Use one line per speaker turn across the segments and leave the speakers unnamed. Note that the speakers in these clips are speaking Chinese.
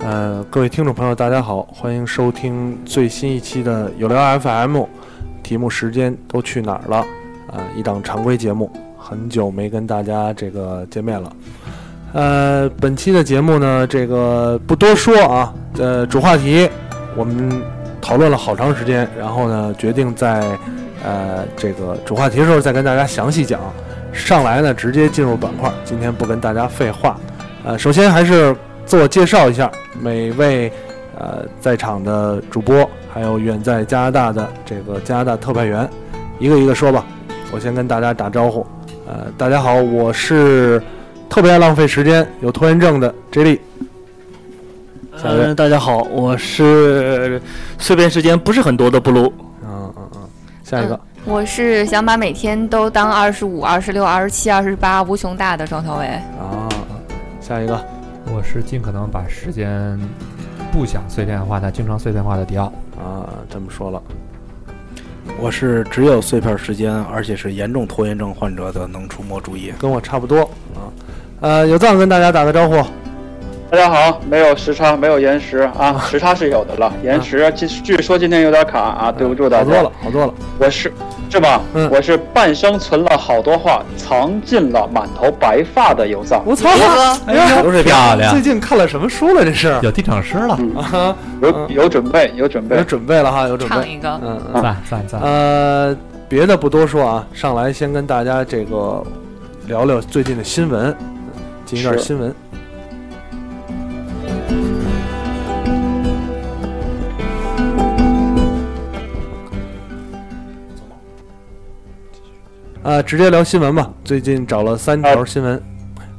呃，各位听众朋友，大家好，欢迎收听最新一期的有聊 FM，题目时间都去哪儿了？啊、一档常规节目，很久没跟大家这个见面了。呃，本期的节目呢，这个不多说啊，呃，主话题我们讨论了好长时间，然后呢，决定在呃这个主话题的时候再跟大家详细讲。上来呢，直接进入板块，今天不跟大家废话。呃，首先还是自我介绍一下，每位呃在场的主播，还有远在加拿大的这个加拿大特派员，一个一个说吧。我先跟大家打招呼，呃，大家好，我是特别爱浪费时间、有拖延症的 J 莉。下一位
呃，大家好，我是碎片时间不是很多的布鲁。
嗯嗯嗯，下一个，
我是想把每天都当二十五、二十六、二十七、二十八无穷大的庄小伟。
啊，下一个，
我是尽可能把时间不想碎片化，但经常碎片化的迪奥。
啊，这么说了，
我是只有碎片时间，而且是严重拖延症患者的能出没注意。
跟我差不多啊。呃，有藏跟大家打个招呼。
大家好，没有时差，没有延时啊，时差是有的了，延时据据说今天有点卡啊，对不住大
好
家。
多了，好多了。
我是是吧？
嗯
我是半生存了好多话，藏进了满头白发的油藏。
我操！
哥，
哎呀，
都是
漂
最
亮，
近看了什么书了？这是
有地场诗了，
啊，
有有准备，有准
有
备。
准备了哈，有准
唱
备。
一个。
嗯嗯。
赞赞赞！
呃，别的不多说啊，上来先跟大家这个聊聊最近的新闻，进一段
是
新闻。呃，直接聊新闻吧。最近找了三条
啊
新闻，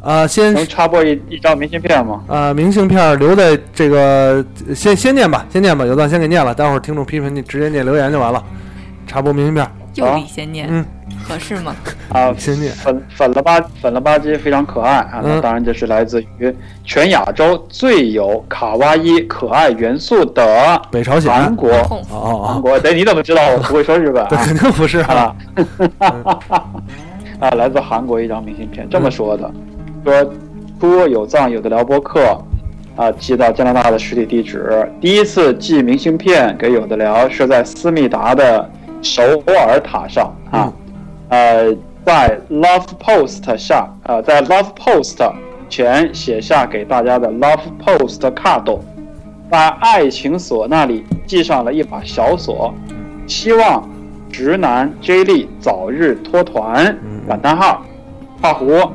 啊、先
能插播一一张明信片吗？
啊，明信片儿留在这个呃先先念吧，先念吧，有藏先给念了，待会儿听众批评你直接念留言就完了。插播明信片儿，
右里先念，
嗯
合适吗？
啊，
先念。
粉粉了吧粉了吧唧，非常可爱啊！
嗯
那
嗯
当然这是来自于全亚洲最有卡哇伊可爱元素的
北朝鲜，
韩国。
痛
哦
韩
哦
国，对，你怎么知道我不会说日本
哦，对，
啊？
肯定不是啊。
啊， 啊，来自韩国一张明信片，这么说的，说多有藏有的聊播客，啊，寄到加拿大的实体地址。第一次寄明信片给有的聊是在思密达的首尔塔上啊，呃，在 Love Post 下，呃，在 Love Post 前写下给大家的 Love Post card，把爱情锁那里系上了一把小锁，希望直男 J 莉早日脱团
嗯。
感叹号，括弧，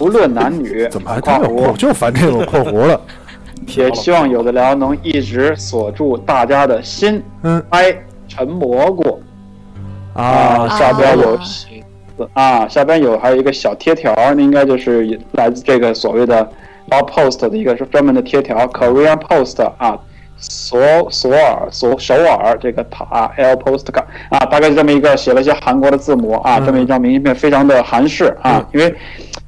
无论男女，
哎怎么还
括
真有括
弧
弧？。就烦这种括弧了。
也希望有的聊能一直锁住大家的心。
嗯
哎，陈蘑菇
啊，
下边有写字啊，下边有还有一个小贴条，那应该就是来自这个所谓的 Bob Post 的一个是专门的贴条，Korean Post 啊。索索尔索首尔这个塔 L Post 卡啊，大概是这么一个写了一些韩国的字母啊，
嗯
这么一张明信片，非常的韩式啊，因为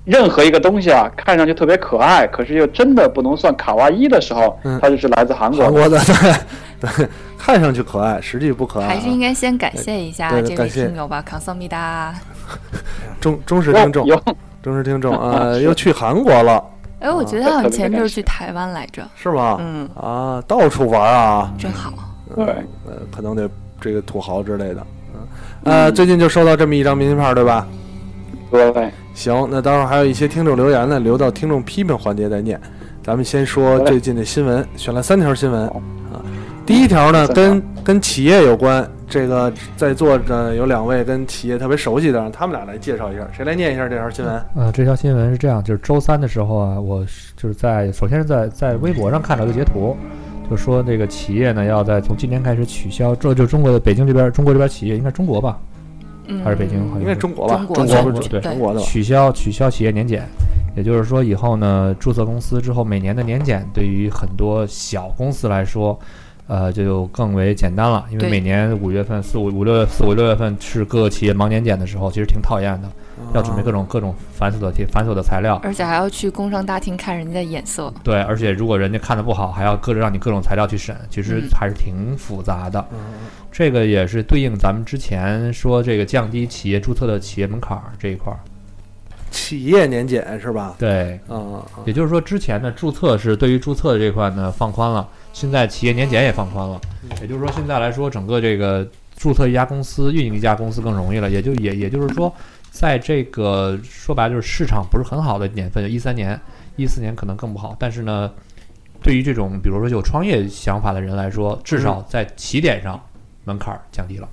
任何一个东西啊，看上去特别可爱，可是又真的不能算卡哇伊的时候
嗯，
它就是来自韩国
韩国的，对对，看上去可爱，实际不可爱
还
啊
是。应该先感谢一下
对对
这
感
位
谢
听友吧，康桑米达。
忠忠实
有
听众，
有
忠实听众 啊，又去韩国了，
嗯
哎，我觉得好像
啊特别
前阵儿
感
去
谢
台湾来着，
是吗？
嗯，
啊，到处玩啊。
真好。
对，
呃，可能得这个土豪之类的。嗯，呃，最近就收到这么一张明信片儿，对吧？
对，
行，那待会儿还有一些听众留言呢，留到听众批评环节再念。咱们先说
好嘞
最近的新闻，选了三条新闻啊。第一条呢，
三条
跟跟企业有关，这个在座的有两位跟企业特别熟悉的，让他们俩来介绍一下。谁来念一下这条新闻？
呃，这条新闻是这样，就是周三的时候啊，我是就是在首先是在在微博上看到一个截图，就说这个企业呢要在从今年开始取消，这就中国的北京这边，中国这边企业应该中国吧，
嗯，
还是北京
应
好像是
该是中国吧？
中国
中
中
不
国
是
对
中国的吧？
取消取消企业年检，也就是说以后呢，注册公司之后每年的年检对于很多小公司来说，呃，就更为简单了，因为
对
每年五月份四五五六四五六月份是各个企业忙年检的时候，其实挺讨厌的，要准备各种各种繁琐的题繁琐的材料。
而且还要去工商大厅看人家眼色。
对，而且如果人家看的不好，还要各种让你各种材料去审，其实
嗯
还是挺复杂的。
嗯
这个也是对应咱们之前说这个降低企业注册的企业门槛儿这一块儿。
企业年检是吧？
对，
啊啊啊
也就是说之前呢，注册是对于注册的这块呢放宽了，现在企业年检也放宽了，也就是说现在来说，整个这个注册一家公司、运营一家公司更容易了，也就也也就是说，在这个说白了就是市场不是很好的年份，一三年、一四年可能更不好，但是呢，对于这种比如说有创业想法的人来说，至少在起点上门槛儿降低了。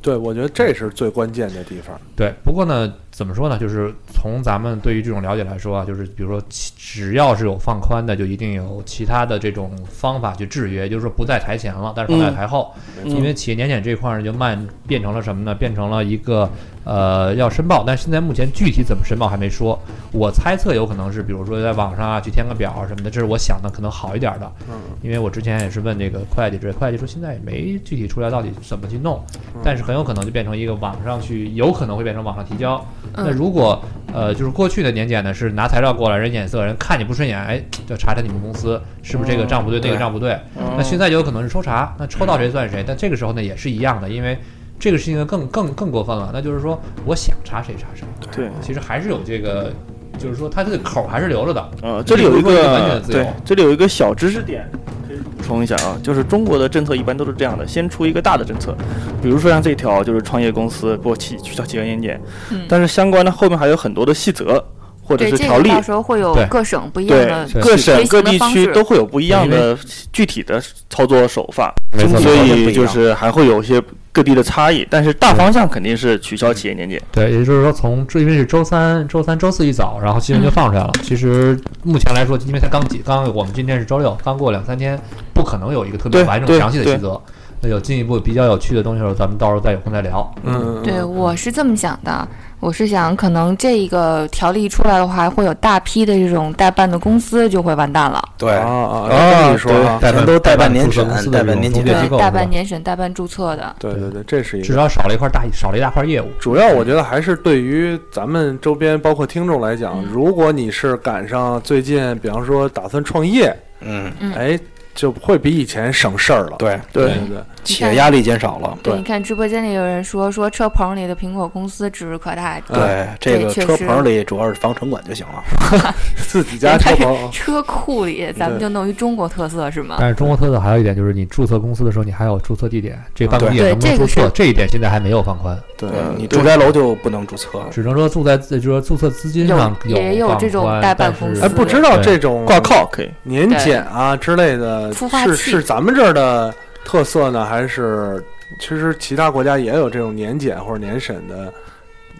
对，我觉得这是最关键的地方。
对，不过呢，怎么说呢？就是从咱们对于这种了解来说啊，就是比如说其，只要是有放宽的，就一定有其他的这种方法去制约，也就是说不在台前了，但是放在台后。因为企业年检这块儿呢，就慢变成了什么呢？变成了一个呃要申报，但现在目前具体怎么申报还没说。我猜测有可能是，比如说在网上啊去填个表啊什么的，这是我想的可能好一点的。
嗯，
因为我之前也是问这个会计，这会计说现在也没具体出来到底怎么去弄，但是很有可能就变成一个网上去，有可能会变成网上提交。那
嗯
如果呃就是过去的年检呢，是拿材料过来，人眼色，人看你不顺眼，哎，就查查你们公司是不是这个账不对，那个账不对。
嗯哦
那现在有可能是抽查，那抽到谁算谁。但这个时候呢，也是一样的，因为这个事情呢更更更过分了，那就是说我想查谁查谁。
对，啊
其实还是有这个，就是说他这个口儿还是留着的。
呃，这里有一
这个完全
个
的自由
对，这里有一个小知识点，可以补充一下啊，就是中国的政策一般都是这样的，先出一个大的政策，比如说像这条就是创业公司不企取消企业年检，
嗯
但是相关的后面还有很多的细则或者
对，
是
这
条
个
例，
到时候会有
对
各省不一样的
对各省
推
各
行的
地
方
区
式
都会有不一样的具体的操作手法，所以就是还会有一些各地的差异，但是大方向肯定是取消企业年检。
对，也就是说从这因为是周三、周三、周四一早，然后新闻就放出来了。其实目前来说，因为才刚几刚，我们今天是周六，刚过两三天，不可能有一个特别
对
完整
对
详细的
对
细则。那有进一步比较有趣的东西的时候，咱们到时候再有空再聊。
嗯，
对，我是这么想的，我是想可能这一个条例出来的话，会有大批的这种代办的公司就会完蛋了，
啊
对，
啊，
啊
这么一说啊，
全都代办年
注册
审
公司，的
代
这
办
种
年
中
检
介
对
机
对，
构
代
是吧
办年审、代办注册的，
对对对，这是一
至
个。
少少了一块大少了一大块业务。
主要我觉得还是对于咱们周边，包括听众来
嗯
讲，如果你是赶上最近，比方说打算创业，
嗯，
嗯
哎，就会比以前省事儿了。
对，
对
对对，
企业压力减少了。
对，你看直播间里有人说说车棚里的苹果公司指日可待，
对，这
对
个
确
车
实
棚里主要是防城管就行了。
自己家车 棚，
车库里咱们就弄一中国特色是吗？
但是中国特色还有一点就是，你注册公司的时候，你还有注册地点，这办公地点
对
能不能
这个
注册，
是
这一点现在还没有放宽，
嗯对
呃，你住宅楼就不能注册了。
只能说住在自就是说注册资金
有
上
也有
放
这种
宽
代办
但
公
是
哎，
司
不知道这种
挂靠可以，
年检啊之类的，
孵化
是
器
是咱们这儿的特色呢，还是其实其他国家也有这种年检或者年审的，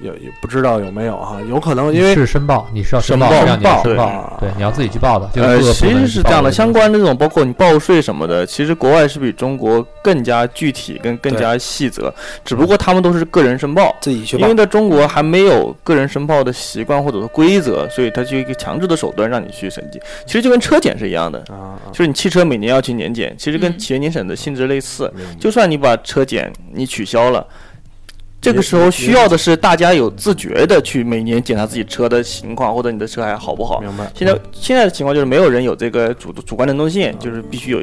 有也不知道有没有哈、有可能因为
是申报，你是要申
申
报，
报
让你要
申
申
报
报，
对
对，你要自己去报的，就是
呃，
各个部
其
门
实
去
是
报
这样的，
个
相关这种包括你报税什么的，其实国外是比中国更加具体、跟更加细则，只不过他们都是个人申报。
自己去
因
吧
为。在中国还没有个人申报的习惯或者说规则，所以它就一个强制的手段让你去审计。其实就跟车检是一样的，
啊，啊
就是你汽车每年要去年检，其实跟
嗯
企业年审的性质类似。
明白
就算你把车检你取消了，这个时
也
候需要的是大家有自觉的去每年检查自己车的情况，或者你的车还好不好。
明白，
现在现在的情况就是没有人有这个主主观能动性，就是必须有，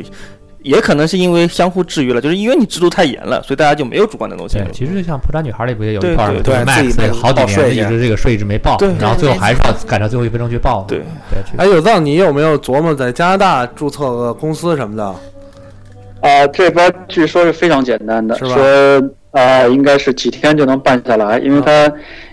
也可能是因为相互制约了，就是因为你制度太严了，所以大家就没有主观能动性
对
了，。
其实就像《破产女孩》里不也有一
对
块儿
对
吗？
对
就是
自
Max
己
那
没
个好几
报税
年一
去
直这个税一直没报
对，
然后
对
最后
没
还是要赶上最后一分钟去报的。
对
对，确实
哎，有藏，你有没有琢磨在加拿大注册个公司什么的？
啊、这边据说是非常简单的，
是吧
说啊、应该是几天就能办下来，
啊
因为他，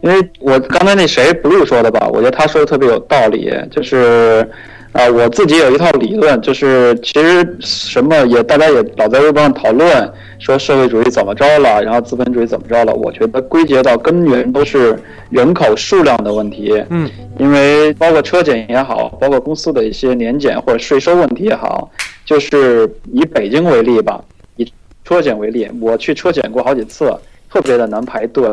因为我刚才那谁 blue 说的吧，我觉得他说的特别有道理，就是。啊、我自己有一套理论，就是其实什么也大家也老在微博上讨论，说社会主义怎么着了，然后资本主义怎么着了。我觉得归结到根源都是人口数量的问题。
嗯，
因为包括车检也好，包括公司的一些年检或者税收问题也好，就是以北京为例吧，以车检为例，我去车检过好几次，特别的难排队，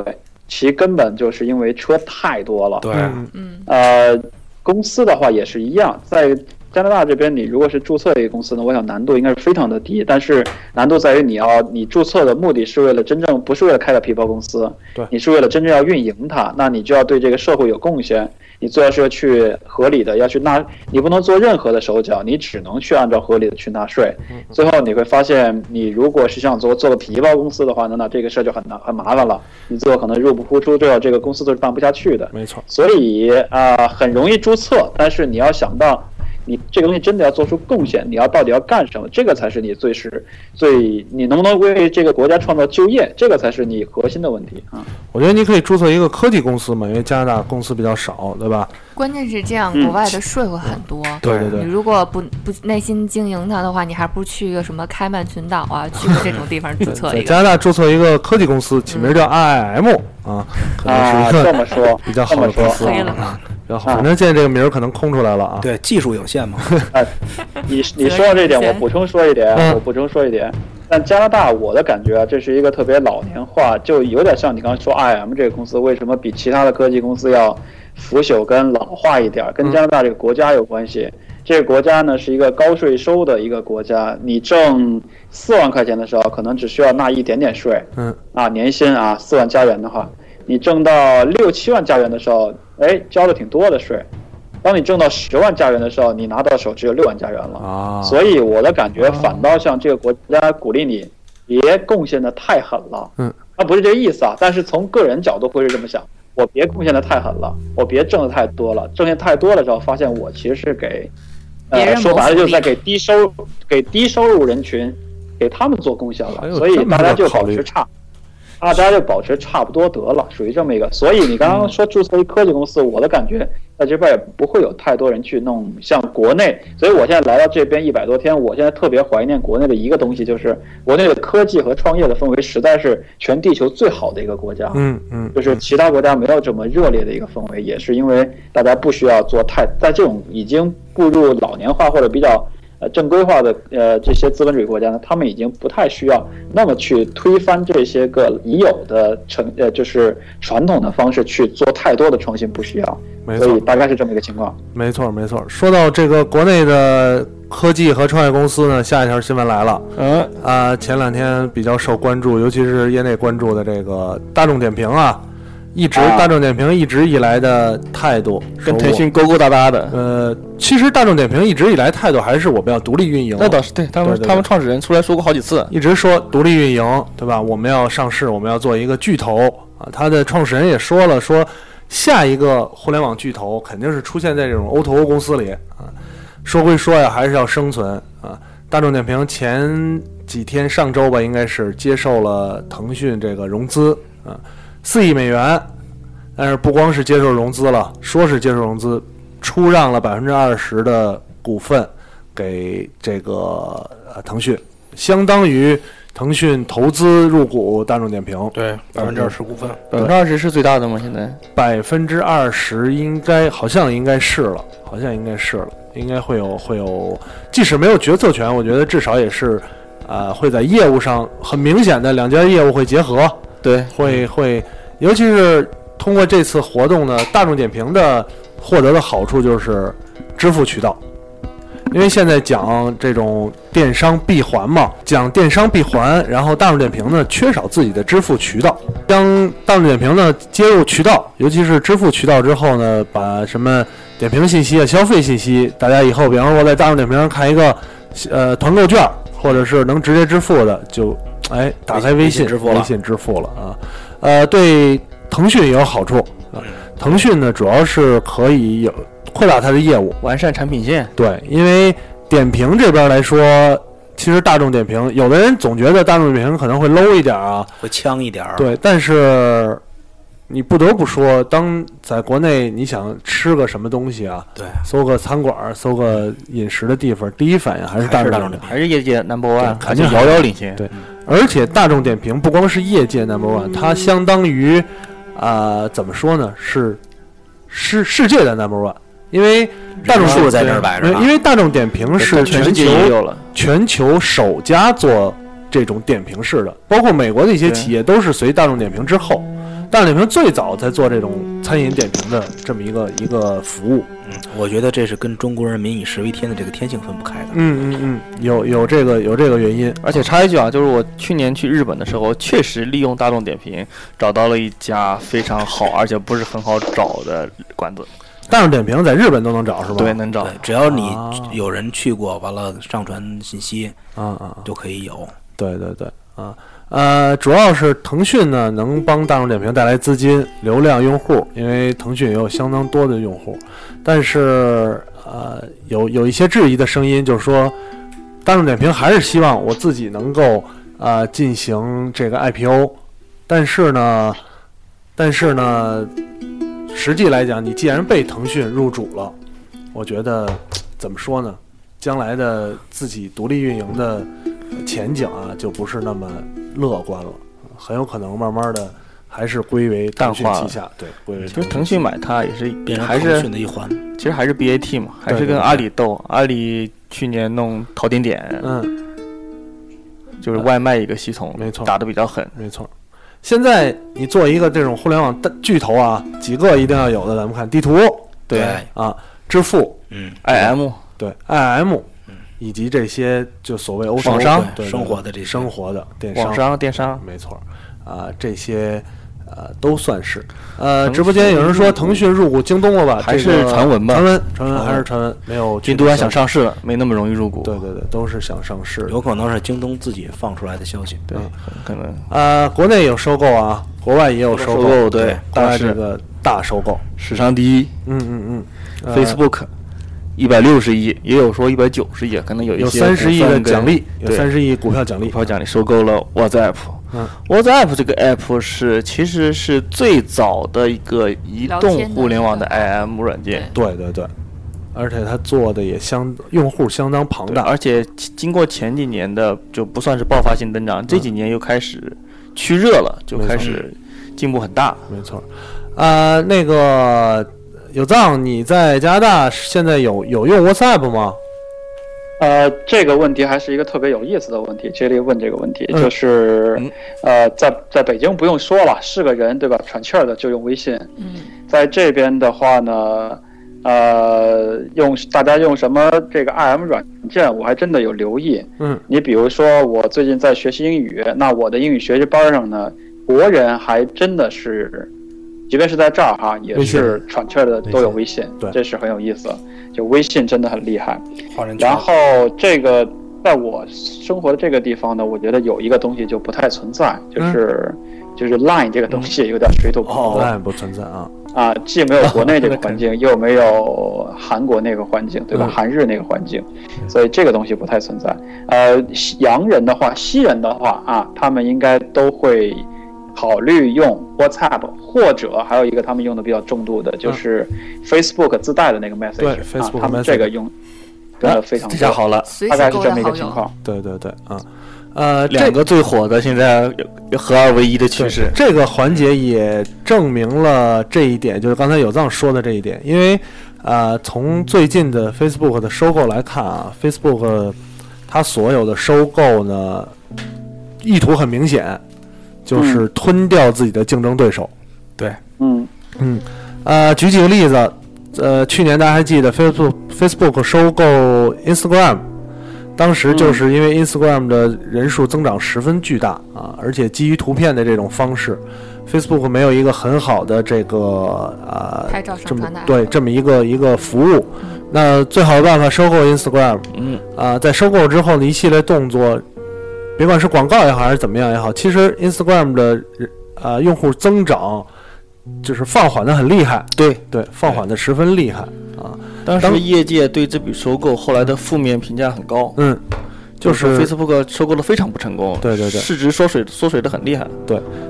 其根本就是因为车太多了。
对，啊
嗯
嗯
呃，公司的话也是一样，在加拿大这边，你如果是注册一个公司呢，我想难度应该是非常的低。但是难度在于你要你注册的目的是为了真正不是为了开个皮包公司，
对
你是为了真正要运营它，那你就要对这个社会有贡献。你最好是要去合理的要去纳，你不能做任何的手脚，你只能去按照合理的去纳税。最后你会发现，你如果是想做做个皮包公司的话呢，那这个事儿就很难很麻烦了。你最后可能入不敷出，最后这个公司都是办不下去的。
没错，
所以啊、呃很容易注册，但是你要想到，你这个东西真的要做出贡献，你要到底要干什么，这个才是你最是最你能不能为这个国家创造就业，这个才是你核心的问题啊。
我觉得你可以注册一个科技公司嘛，因为加拿大公司比较少，对吧？
关键是这样，
嗯
国外的税会很多。
对对
你
对，
如果不不耐心经营它的话，你还不如去一个什么开曼群岛啊，去个这种地方注册
在
一个。
加拿大注册一个科技公司，起名叫 IIM 啊，可能是
啊，
一
这
个
么说
比较好的公司
黑了
啊。然后反正现在这个名儿可能空出来了啊。
对，技术有限嘛，
你你说到这一点，我补充说一点，
嗯
我补充说一点。但加拿大，我的感觉啊，这是一个特别老年化，就有点像你刚刚说 IM 这个公司为什么比其他的科技公司要腐朽跟老化一点儿，跟加拿大这个国家有关系。这个国家呢是一个高税收的一个国家，你挣四万块钱的时候，可能只需要纳一点点税，
嗯，
啊，年薪啊四万加元的话，你挣到六七万加元的时候，哎，交的挺多的税。当你挣到十万加元的时候，你拿到手只有六万加元了。
啊，
所以我的感觉反倒像这个国家鼓励你别贡献的太狠了。
嗯，
那不是这个意思啊，但是从个人角度会是这么想：我别贡献的太狠了，我别挣的太多了，挣的太多了之后，发现我其实是给，
别
呃，
人谋
说白了就是在
福利
给低收给低收入人群，给他们做贡献
还
了，
有
所以
哎这么
大家
个
就
考
保
虑
持差。啊，大家就保持差不多得了，属于这么一个。所以你刚刚说注册一科技公司，我的感觉在这边也不会有太多人去弄，像国内。所以我现在来到这边一百多天，我现在特别怀念国内的一个东西，就是国内的科技和创业的氛围实在是全地球最好的一个国家。
嗯嗯，
就是其他国家没有这么热烈的一个氛围，也是因为大家不需要做太在这种已经步入老年化或者比较呃正规化的呃这些资本主义国家呢，他们已经不太需要那么去推翻这些个已有的成呃就是传统的方式去做太多的创新，不需要，
没
所
错
以大概是这么一个情况。
没错没错。说到这个国内的科技和创业公司呢，下一条新闻来了。
嗯，
啊，前两天比较受关注，尤其是业内关注的这个大众点评啊，一直、
啊
大众点评一直以来的态度
跟
说
腾
我。
讯勾勾搭搭的，
呃，其实大众点评一直以来态度还是我们要独立运营，
那倒是对他们
对对
他们创始人出来说过好几次，
一直说独立运营，对吧？我们要上市，我们要做一个巨头啊。它的创始人也说了，说下一个互联网巨头肯定是出现在这种 O2O 公司里啊。说归说呀，还是要生存啊。大众点评前几天上周吧，应该是接受了腾讯这个融资啊，四亿美元。但是不光是接受融资了，说是接受融资，出让了百分之二十的股份给这个呃腾讯，相当于腾讯投资入股大众点评
对，百分之二十股份，
百分之二十是最大的吗？现在
百分之二十，应该好像应该是了，好像应该是了，应该会有会有，即使没有决策权，我觉得至少也是，呃，会在业务上很明显的两家业务会结合，
对，
会会，尤其是通过这次活动呢，大众点评的获得的好处就是支付渠道，因为现在讲这种电商闭环嘛，讲电商闭环，然后大众点评呢缺少自己的支付渠道，当大众点评呢接入渠道，尤其是支付渠道之后呢，把什么点评信息啊、消费信息，大家以后比方说在大众点评上看一个呃团购券儿，或者是能直接支付的，就哎打开微信
微信支付了
微信支付了啊，呃，对腾讯也有好处。啊
嗯
腾讯呢，主要是可以有扩大它的业务，
完善产品线，
对，因为点评这边来说，其实大众点评，有的人总觉得大众点评可能会 low 一点啊，
会呛一点儿。
对，但是你不得不说，当在国内你想吃个什么东西啊，
对，
搜个餐馆儿，搜个饮食的地方，第一反应还是大
还是
众点
大众
评
点。
还是业界 number one，
肯定
还是遥遥领先。
对而且大众点评不光是业界 number one，它
嗯
相当于，啊、怎么说呢，是世世界的 number one，因为大众
数在这儿摆着呢
因为大众点评是
全
全
世
球
界也有了，
全球首家做这种点评式的，包括美国的一些企业都是随大众点评之后。大脸评最早在做这种餐饮点评的这么一个一个服务。
我觉得这是跟中国人民以食为天的这个天性分不开的。
嗯嗯嗯，有有这个有这个原因。
而且插一句啊，就是我去年去日本的时候，确实利用大众点评找到了一家非常好，而且不是很好找的馆子。
大众点评在日本都能找是吧？
对，能找
对。，只要你
啊
有人去过，完了上传信息
啊啊，
就可以有。
对对对啊，呃，主要是腾讯呢能帮大众点评带来资金、流量、用户，因为腾讯也有相当多的用户，但是呃，有有一些质疑的声音，就是说大众点评还是希望我自己能够呃进行这个 IPO，但是呢，但是呢，实际来讲，你既然被腾讯入主了，我觉得怎么说呢？将来的自己独立运营的前景啊，就不是那么乐观了，很有可能慢慢的还是归为腾讯
淡化了
旗下，对，归为
其实腾讯买它也是
变成
还
腾
是
讯的一环，
其实还是 BAT 嘛，还是
对对
跟阿里斗。阿里去年弄淘点点，
嗯，
就是外卖一个系统，
没错
打得比较狠。
没错。现在你做一个这种互联网大巨头啊，几个一定要有的，咱们看地图
对，
啊，支付
嗯，
IM
对，IM，以及这些就所谓欧
网商
对对对
生活的这些
生活的电
网商、电商，
没错，啊、这些呃都算是。呃，直播间有人说腾讯入股京东了吧？
还
这个
是传闻吧
传闻，传闻
传闻
还是传闻，没有
军
具体
都
消息。
然想上市了，没那么容易入股。
对对对，都是想上市的。
有可能是京东自己放出来的消息。
对，很可能
呃，国内有收购啊，国外也有收购，
收购对
大概
大事
这个大收购。
史上第一
嗯嗯嗯、呃
Facebook。一百六十亿，也有说一百九十亿，可能有一
有
些
三十亿
股
的
份跟
奖励，有
对
三十亿股票奖励
股。票奖励收购了 WhatsApp。
嗯
WhatsApp 这个 app 是其实是最早的一个移
聊天的
动互联网的
那个
IM 软件，
对对对，而且它做的也相用户相当庞
对
大。
而且其经过前几年的就不算是爆发性增长，这几年又开始趋热了，
嗯
就
没错
开始进步很大。
没错，呃，那个有藏，你在加拿大现在有有用 WhatsApp 吗？
呃，这个问题还是一个特别有意思的问题。这里问这个问题，
嗯
就是
嗯，
呃，在在北京不用说了，是个人对吧？喘气儿的就用微信。
嗯，
在这边的话呢，呃，用大家用什么这个 IM 软件，我还真的有留意。
嗯，
你比如说，我最近在学习英语，那我的英语学习班上呢，国人还真的是，即便是在这儿哈，也
微信
是喘气儿的都有微信，
对
这是很有意思。就微信真的很厉害。
华人圈
然后这个在我生活的这个地方呢，我觉得有一个东西就不太存在，就是、
嗯
就是 Line 这个东西有点水土不服。
那也不存在啊。
啊，既没有国内这个 环境，又没有韩国那个环境，对吧？
嗯
韩日那个环境，所以这个东西不太存在。呃，西洋人的话，西人的话啊，他们应该都会考虑用 WhatsApp，或者还有一个他们用的比较重度的，就
嗯
是 Facebook 自带的那个 message，
对
啊
Facebook
他们这个
Message 哎
用用的非常
这下
多，
好了，
随
大
时
概是
勾
这么
着
一个
好
情
友，
况。
对对对啊，呃，这
两个最火的现在合二为一的趋势。
这个环节也证明了这一点，就是刚才有藏说的这一点。因为，呃，从最近的 Facebook 的收购来看啊，Facebook 它所有的收购呢，意图很明显，就是吞掉自己的竞争对手。
嗯，
嗯，呃，举几个例子，呃，去年大家还记得 Facebook Facebook 收购 Instagram，当时就是因为 Instagram 的人数增长十分巨大啊，而且基于图片的这种方式，Facebook 没有一个很好的这个啊、
拍照
这
上
么
传的 app，
对这么一个一个服务。那最好的办法收购 Instagram，
嗯
啊、在收购之后的一系列动作，别管是广告也好还是怎么样也好，其实 Instagram 的呃用户增长就是放缓的很厉害，对对，放缓的十分厉害啊，
当
当
时业界对这笔收购后来的负面评价很高，
嗯，就
就是
是，
Facebook 收购的非常不成功，
对对对
市值缩水缩水的很厉害。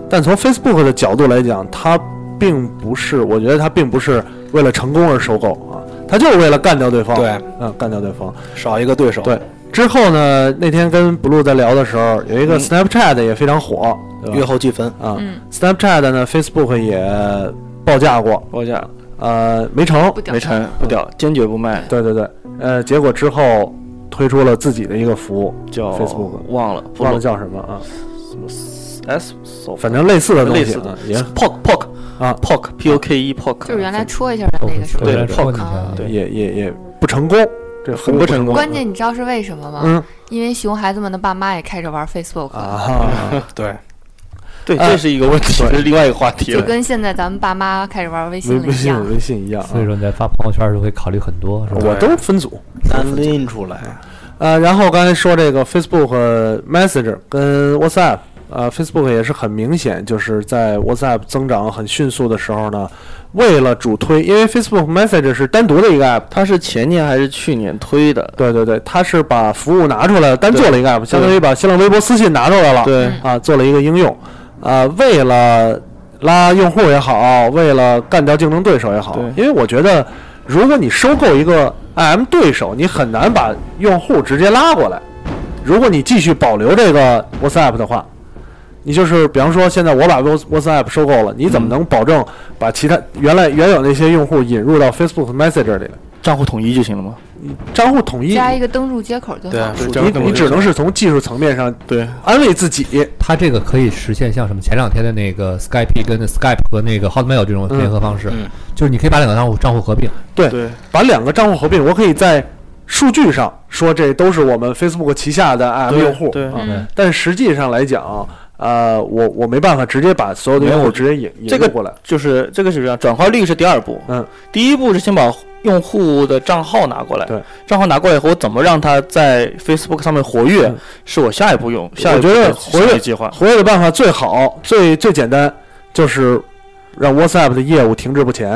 但从 Facebook 的角度来讲，它并不是，我觉得它并不是为了成功而收购啊，它就是为了干掉对方，
对，
嗯，干掉对方。
少一个对手，
对之后呢，那天跟 Blue 在聊的时候，有一个
嗯
Snapchat 也非常火，对吧
月后积分，
啊、
嗯
s n a p c h a t 呢，Facebook 也报价过，
报价
呃，没成
不，屌
没成，不屌，
嗯
坚决不卖，
对对对，呃，结果之后推出了自己的一个服务，
叫
Facebook
忘了，
忘了
叫
叫什么啊？
S so
反正类似的东
类
西
似
啊
的，
也
POK POK
啊
POK P O K E POK，
就是原来戳一下的那个是吧？
对
来
对
戳你一下
啊
啊，
对
也也也不成功，这很不成功。
关键你知道是为什么吗？
嗯
因为熊孩子们的爸妈也开始玩 Facebook，、
啊，对，
对，
啊
这是一个问题，这是另外一个话题
就
了。
跟现在咱们爸妈开始玩微信
微
了
微
一样
信。微信一样啊。啊
所以说你在发朋友圈的时候会考虑很多，是吧？
我都分组。
单拎出来，
呃，然后刚才说这个 Facebook 呃 Messenger 跟 WhatsApp，呃，Facebook 也是很明显，就是在 WhatsApp 增长很迅速的时候呢，为了主推，因为 Facebook Messenger 是单独的一个 app，
它是前年还是去年推的？
对对对，它是把服务拿出来了，单做了一个 app，相当于把新浪微博私信拿出来了，
对
啊，做了一个应用，啊，为了拉用户也好，为了干掉竞争对手也好，因
对
为我觉得，如果你收购一个 IM 对手，你很难把用户直接拉过来。如果你继续保留这个 WhatsApp 的话，你就是比方说，现在我把 Whats- WhatsApp 收购了，你
嗯
怎么能保证把其他原来原有那些用户引入到 Facebook Messenger 里来？
账户统一就行了吗？
账户统一，
加一个登录接口就好。
啊，
对
你你只能是从技术层面上
对
安慰自己，
它这个可以实现像什么前两天的那个 Skype 跟 Skype 和那个 Hotmail 这种
嗯
联合方式，
嗯
就是你可以把两个账户账户合并，
对，
对
把两个账户合并，我可以在数据上说这都是我们 Facebook 旗下的 IM 用户，啊
对，
嗯，
但实际上来讲，呃，我我没办法直接把所有的用户直接引
这
引
个
入过来，
就是这个是这样，转化率是第二步，
嗯，
第一步是先把用户的账号拿过来，
对，
账号拿过来以后，我怎么让他在 Facebook 上面活跃，
嗯
是我下一步用，下一
我
步
觉得
的
活跃
商业计划，
活跃的办法最好、最最简单，就是让 WhatsApp 的业务停滞不前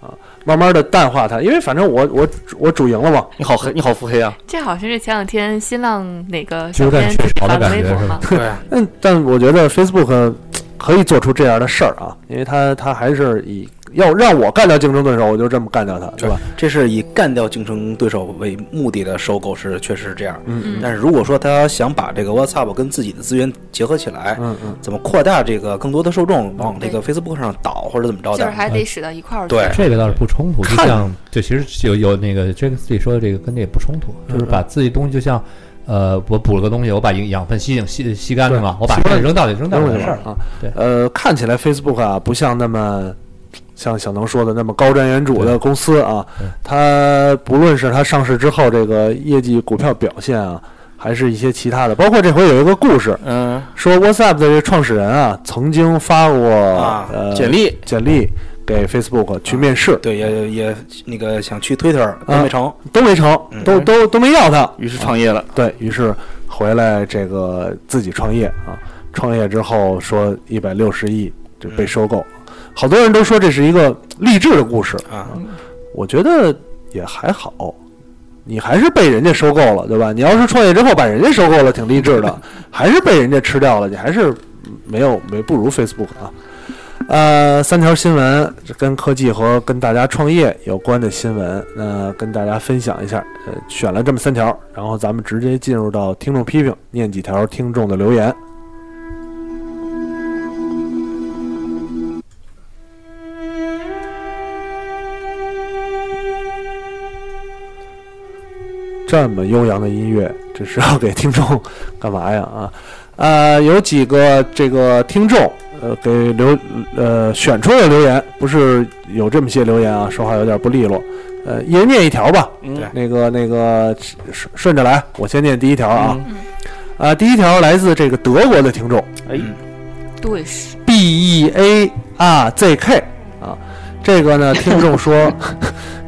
啊，慢慢的淡化它，因为反正我我我主赢了嘛，
你好黑，你好腹黑啊，
这好像是前两天新浪哪个
就
小
有点
编自己
雀巢
发
的
的
感
微
觉
博
是
嘛
吧？
对，
但嗯但我觉得 Facebook 呃可以做出这样的事儿啊，因为他他还是以要让我干掉竞争对手，我就这么干掉他，对吧？
这是以干掉竞争对手为目的的收购是确实是这样。
嗯
但是如果说他想把这个 WhatsApp 跟自己的资源结合起来，
嗯
哎
嗯，
怎么扩大这个更多的受众往这个 Facebook 上倒或者怎么着
就
的
是？
嗯
还得使到一块儿去。
对
这个倒是不冲突，就
看
像就其实有有那个 Jack 自己说的这个跟这也不冲突，就是把自己东西就像。呃，我补了个东西，我把营养分吸引吸吸干了嘛，我把这个扔到里扔到
扔
里
回
完
去
事儿
了啊。
对
呃，看起来 Facebook 啊不像那么像小能说的那么高瞻远瞩的公司啊
对，
它不论是它上市之后这个业绩股票表现啊，还是一些其他的，包括这回有一个故事
嗯，
说 WhatsApp 的这创始人啊曾经发过
啊
呃
简历
简历给 Facebook 去面试，
对，也也那个想去 Twitter 都没成，
都没成，都都都没要他。
于是创业了，
对于是回来这个自己创业啊，创业之后说一百六十亿这被收购，好多人都说这是一个励志的故事
啊，
我觉得也还好。你还是被人家收购了，对吧？你要是创业之后把人家收购了，挺励志的，还是被人家吃掉了，你还是没有没不如 Facebook 啊。呃，三条新闻跟科技和跟大家创业有关的新闻，呃，跟大家分享一下。呃，选了这么三条，然后咱们直接进入到听众批评，念几条听众的留言。这么悠扬的音乐，这是要给听众干嘛呀？啊，呃，有几个这个听众，呃，给留呃选出的留言，不是有这么些留言啊，说话有点不利落，呃，一人念一条吧。
嗯
对
那个那个顺顺着来，我先念第一条啊，
嗯
啊，第一条来自这个德国的听众
哎，
对，是
B E A R Z K 啊，这个呢听众说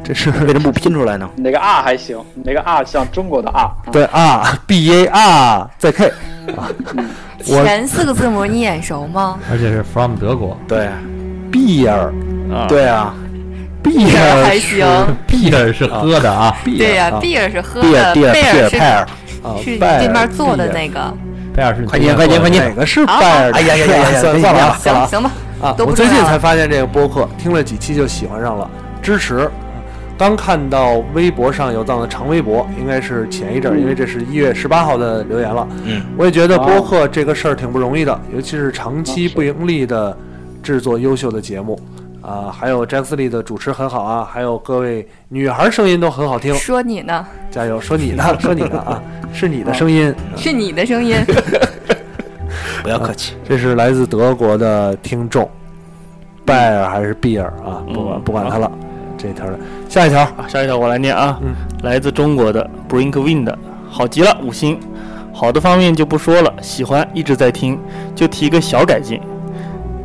这是
为什么不拼出来呢？
你那个 R 还行，你那个 R 像中国的 R，
对啊 B A R Z K 啊我
前四个字母你眼熟 吗？
而且是 from 德国，
对，
B R
啊，
对啊，
B
还
R
行。
b e 是喝的啊，
对呀
啊，
贝尔是喝
毕
的，
尔毕尔
贝
毕
尔
尔
是
派尔，
啊
是你
拜
对
尔
面坐的
Beer
那个。
贝尔是
快念快念快念
哪！个是
好
拜耳的？
哎呀呀呀呀
算了
呀
算了啊算了
行
啊
行吧，
啊！
都
我
不
最
知
近
道
才发现这个播客，听了几期就喜欢上了，支持。刚看到微博上有藏的长微博，应该是前一阵儿，因为这是一月十八号的留言了。
嗯，
我也觉得
哦
播客这个事儿挺不容易的，尤其是长期不盈利的制作优秀的节目，啊、还有 j a x l e 的主持很好啊，还有各位女孩儿声音都很好听，
说你呢，
加 啊油！说你呢，说你呢啊，是你的声音，
是你的声音。
不要客气。
这是来自德国的听众，拜尔还是毕尔啊？不管
嗯
不管他了，这条的下一条，
啊，下一条我来念啊，
嗯
来自中国的 Brinkwind，的好极了，五星。好的方面就不说了，喜欢一直在听，就提个小改进，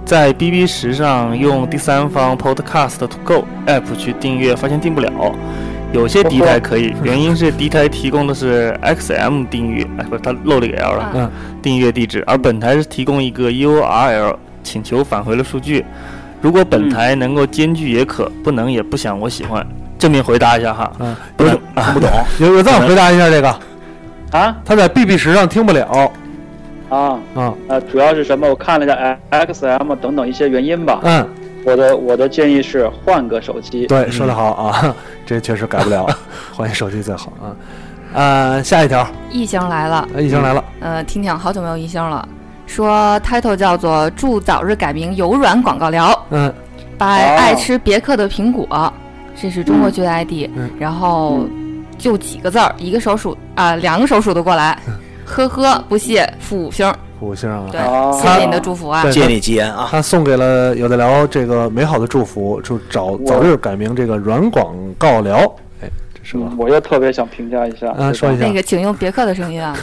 在 BB 时上用第三方 Podcast to Go app 去订阅，发现订不了。有些敌台可以，原因是敌台提供的是 XM 订阅，哎，不是，它漏了一个 L 了，
嗯
订阅地址，而本台是提供一个 URL 请求返回了数据。如果本台能够兼具也可，不能也不想，我喜欢。正面回答一下哈，
嗯，
不是啊，
不懂，
有有再回答一下这个，
啊
他在 B B 时上听不了
啊
啊，
呃，主要是什么？我看了一下 X M 等等一些原因吧。
嗯，
我的我的建议是换个手机。嗯
对，说得好啊， 这确实改不 了，换一手机最好啊。呃，下一条，
异星来了，
呃已经来了，
呃，听听，好久没有异星了。说 title 叫做“祝早日改名有软广告聊”，
嗯，
把
哦
爱吃别克的苹果，这是
哦
中国区的 ID，、
嗯
然后就几个字儿，一个手数啊、两个手数得过 来，呵呵，不屑负五星儿，
五星啊，
对，
哦
谢谢你的祝福啊
对，
借你吉言啊！
他送给了有的聊这个美好的祝福，就找早日改名这个软广告聊，哎，这是个
嗯，我又特别想评价一下。
啊，说一下
那，个请用别克的声音啊，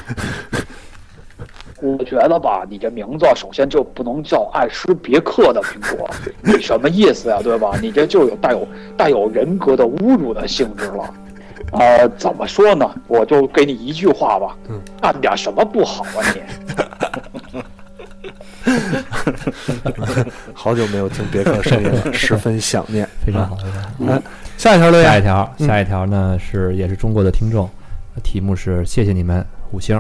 我觉得吧，你这名字首先就不能叫爱吃别克的苹 果，你什么意思呀，对吧？你这就有带有带有人格的侮辱的性质了。呃，怎么说呢？我就给你一句话吧，
嗯
干点什么不好啊你？
好久没有听别克声音 了，十分想念。
非常好。
下一条留
下
言
一，条，
哎嗯
下一条呢是也是中国的听众，题目是谢谢你们五星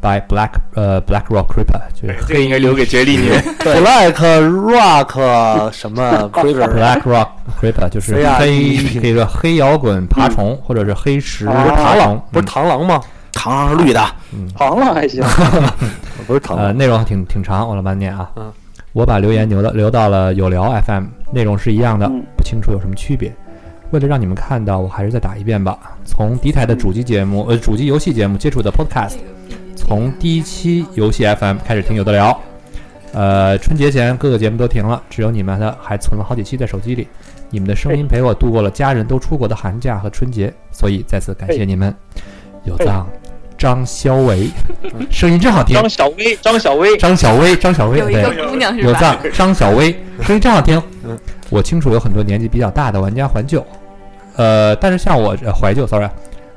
，by Black 呃 Black Rock Creeper，就是
这个应该留给杰利你。
Black Rock 什么 Creeper
Black Rock Creeper 就是
谁呀
黑
你
这个黑摇滚爬虫或者是黑石爬
螳
虫
螂，不是螳螂吗？
糖上是绿的，
行了还行，
嗯不是螳
呃，
螂，
内容挺挺长，我来慢念啊。
嗯
我把留言留到留到了有聊 FM，内容是一样的
嗯，
不清楚有什么区别。为了让你们看到，我还是再打一遍吧。从敌台的主机节目，呃，主机游戏节目接触的 Podcast，从第一期游戏 FM 开始听有的聊。呃，春节前各个节目都停了，只有你们的还存了好几期在手机里。你们的声音陪我度过了家人都出国的寒假和春节，所以再次感谢你们。有藏张肖维，声音真好听。
张小薇，张小薇，
张小薇，张小薇，
有一个
对，
姑娘是
有
吧？
藏张小薇，声音正好听
嗯。
我清楚有很多年纪比较大的玩家怀旧，呃，但是像我、呃、怀旧，sorry，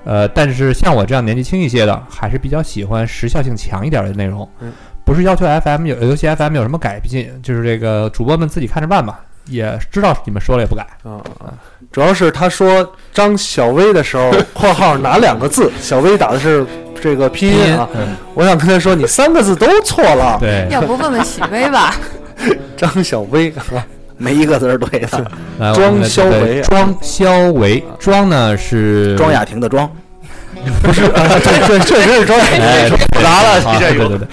呃，但是像我这样年纪轻一些的，还是比较喜欢时效性强一点的内容
嗯。
不是要求 FM 有游戏 FM 有什么改进，就是这个主播们自己看着办吧。也知道你们说了也不改，
啊，主要是他说张小薇的时 候，括号哪两个字？小薇打的是这个拼音啊。
嗯
我想跟他说，你三个字都错了。
对，
要不问问许巍吧？
张小薇，
没一个字儿对的。
来
庄
我们来
肖维啊
庄肖维，庄呢是
庄雅婷的庄，
不是，啊对对，确实是张小薇。
哎，复杂
了
啊、
这
对
有
对对，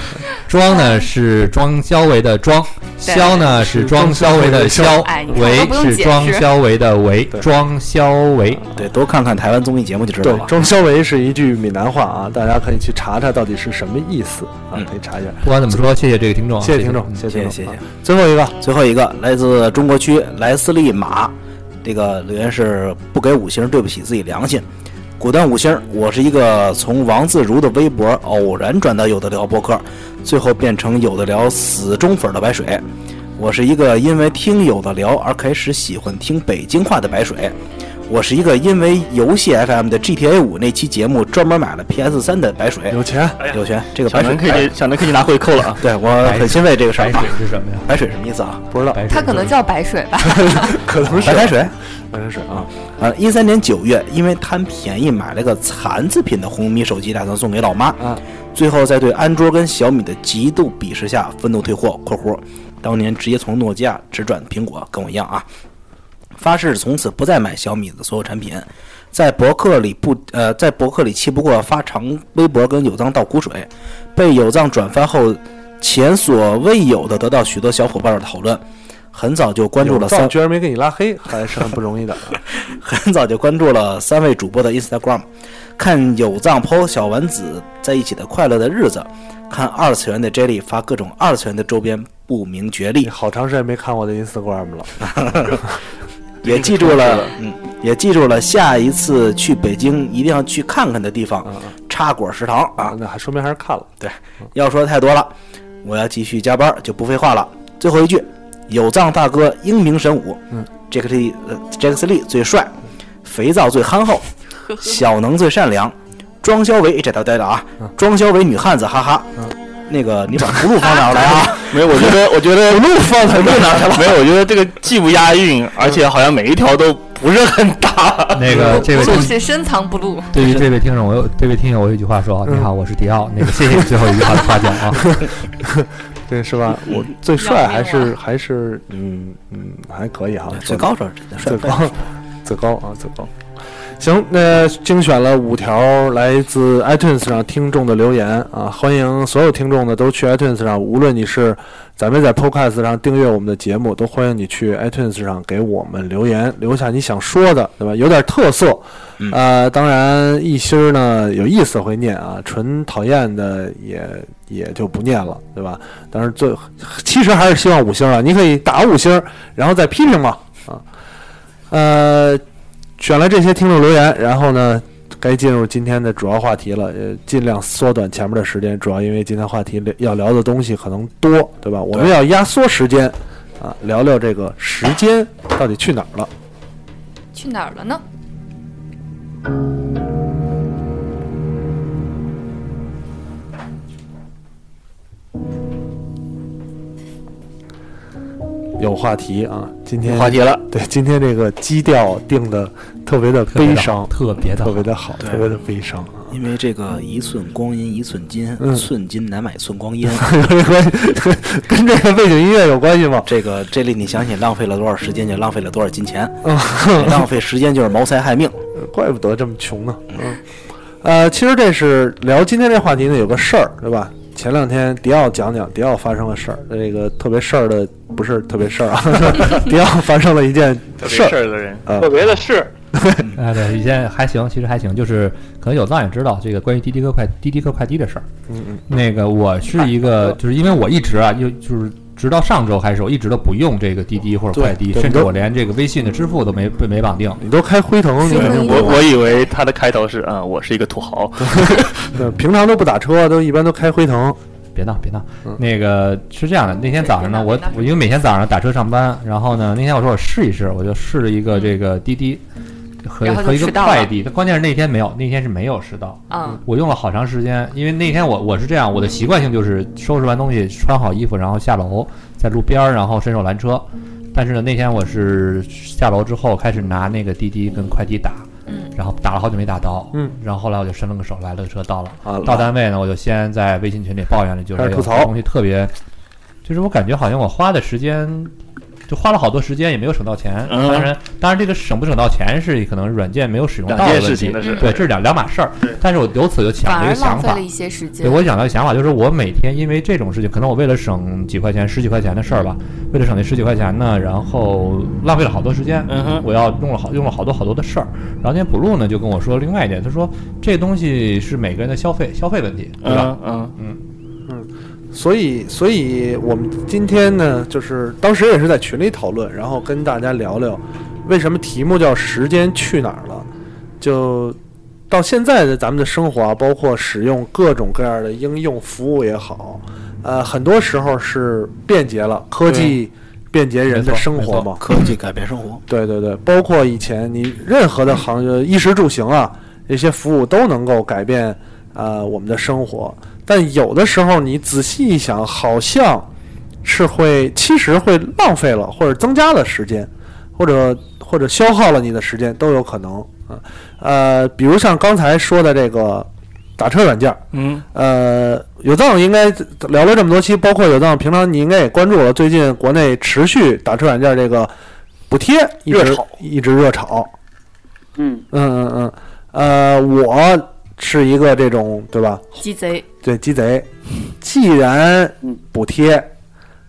庄呢是庄肖维的庄，
对
肖呢是庄肖维的肖
哎你，看
维
我都不用
是
解
庄
释
肖维的维
对，
庄肖维。
对，多看看台湾综艺节目就知道
对，
了。
庄肖维是一句闽南话啊，大家可以去查查到底是什么意思啊，可以查一下。
不管怎么说，谢谢这个听众啊，
谢谢听众，
嗯
哦谢
谢谢
听
谢
众。
谢
啊。最后一个，
最后一个来自中国区莱斯利马，这个留言是不给五星，对不起自己良心。果断五星，我是一个从王自如的微博偶然转到有的聊播客，最后变成有的聊死忠粉的白水。我是一个因为听有的聊而开始喜欢听北京话的白水。我是一个因为游戏 FM 的 GTA 五那期节目专门买了 PS 三的白水。
有钱，
有权，这 个
小
白水
南可 以，小南可以拿回扣了啊。
对我很欣慰这个事儿
白
啊
水。是什么呀？
白水什么意思啊？
不知道，
白水
他可能叫白水吧？
可能呃是
白开水。
白开水啊。
呃，一三年九月，因为贪便宜买了个残次品的红米手机，打算送给老妈。
啊，
最后在对安卓跟小米的极度鄙视下，愤怒退货（括弧）当年直接从诺基亚直转苹果，跟我一样啊。发誓从此不再买小米的所有产品，在博客里不呃，在博客里气不过发长微博跟有藏倒苦水，被有藏转发后，前所未有的得到许多小伙伴的讨论。很早就关注了
赵
三
居然没给你拉黑，还是很不容易的。
很早就关注了三位主播的 Instagram，看有藏 PO 小丸子在一起的快乐的日子，看二次元的 Jelly 发各种二次元的周边，不明觉厉
你。好长时间没看我的 Instagram 了，
也记住了，嗯，也记住了，下一次去北京一定要去看看的地方
嗯
——茶果食堂啊！
那还说明还是看了。
要说的太多了，我要继续加班，就不废话了。最后一句，有藏大哥英明神武，
嗯
，Jack Lee，呃，Jack Lee 最帅，肥皂最 憨厚，小能最善良，庄小维这条呆的啊，
嗯
庄小维女汉子，哈哈。那个，你把葫芦放哪儿来 啊？
没有，我觉 得，我觉得路放在哪 去了？没嗯有，我觉得这个既不押韵，而且好像每一条都不是很搭。
那个这位听
是是深藏不露。
对于这位听众，我有这位听友，我有一句话说啊，你好，我是迪奥。那个谢谢你最后一句话的夸奖啊。
对，是吧？我最帅还是还是嗯嗯还可以哈，
最高手，
最高 最高啊最高。行，那精选了五条来自 iTunes 上听众的留言啊，欢迎所有听众呢都去 iTunes 上，无论你是咱们在 Podcast 上订阅我们的节目，都欢迎你去 iTunes 上给我们留言，留下你想说的，对吧？有点特色，
嗯
呃，当然一心儿呢有意思会念啊，纯讨厌的也也就不念了，对吧？但是最其实还是希望五星啊，你可以打五星，然后再批评嘛啊，呃，选了这些听众留言，然后呢，该进入今天的主要话题了。呃，尽量缩短前面的时间，主要因为今天话题要聊的东西可能多，对吧？我们要压缩时间啊，聊聊这个时间到底去哪儿了。
去哪儿了呢？
有话题啊，今天
话题了，
对今天这个基调定的特别的
特别
悲
的
伤，
特别的
特别的好，
对
特别的悲伤啊。
因为这个一寸光阴一寸金，
嗯
寸金难买 寸光阴。
跟这个背景音乐有关系吗？
这个这里你想想，浪费了多少时间，就浪费了多少金钱，
嗯。
浪费时间就是谋财 害命。
呃怪不得这么穷呢。嗯，呃，其实这是聊今天这话题呢，有个事儿，对吧？前两天迪奥讲讲迪奥发生了事儿，那个特别事儿的不是特别事儿啊， 迪奥发生了一件事儿，
的 人，
特别的是，
啊，对，以前还行，其实还行，就是可能有藏也知道这个关于滴滴哥快滴滴哥快滴的事儿。
嗯嗯
那个我是一个，就是因为我一直啊，就就是直到上周开始，我一直都不用这个滴滴或者快滴，
对
甚至
都
我连这个微信的支付都没没绑定。
你都开辉腾，你肯定
我
不
我以为他的开头是啊、我是一个土豪，
对呃平常都不打车，都一般都开辉腾。
别闹，别闹
嗯。
那个是这样的，那天早上呢，
别
我
闹别闹
我因为每天早上打车上班，然后呢，那天我说我试一试，我就试了一个这个滴滴和
然后就
和一个
迟到了
快递，但关键是那天没有，那天是没有迟到。
嗯，
我用了好长时间，因为那天我我是这样，我的习惯性就是收拾完东西，穿好衣服，然后下楼，在路边儿，然后伸手拦车。但是呢，那天我是下楼之后开始拿那个滴滴跟快递打，
嗯，
然后打了好久没打到，
嗯，
然后后来我就伸了个手，来了个车到了，
啊
到单位呢，我就先在微信群里抱怨了，就
开
是
始
有
吐槽
些东西特别，就是我感觉好像我花的时间，就花了好多时间也没有省到钱。
嗯
当然，当然这个省不省到钱是可能软件没有使用到
两
的
件
问
事
题
情，的是
对，这是两两码事儿。但是我由此就
反
想了一
而
个想
浪费
法
了，一些时间
对。我想到一个想法，就是我每天因为这种事情，可能我为了省几块钱、十几块钱的事儿吧，为了省那十几块钱呢，然后浪费了好多时间。
嗯哼
我要用了好用了好多好多的事儿。然后那天补录呢就跟我说另外一点，他说这东西是每个人的消费消费问题，对吧？
嗯嗯，
所以，所以我们今天呢，就是当时也是在群里讨论，然后跟大家聊聊，为什么题目叫“时间去哪儿了”？就到现在的咱们的生活啊，包括使用各种各样的应用服务也好，呃，很多时候是便捷了，科技便捷人的生活
没错
嘛。
科技改变生活，
对对对，包括以前你任何的行业，衣食住行啊，这些服务都能够改变呃我们的生活。但有的时候你仔细一想，好像是会其实会浪费了，或者增加了时间，或者或者消耗了你的时间都有可能啊。呃，比如像刚才说的这个打车软件儿，
嗯，
呃，有藏应该聊了这么多期，包括有藏，平常你应该也关注了，最近国内持续打车软件这个补贴一直
热炒
一直热炒。
嗯，
嗯嗯嗯，呃，我是一个这种对吧？
鸡贼，
对鸡贼，既然
嗯
补贴，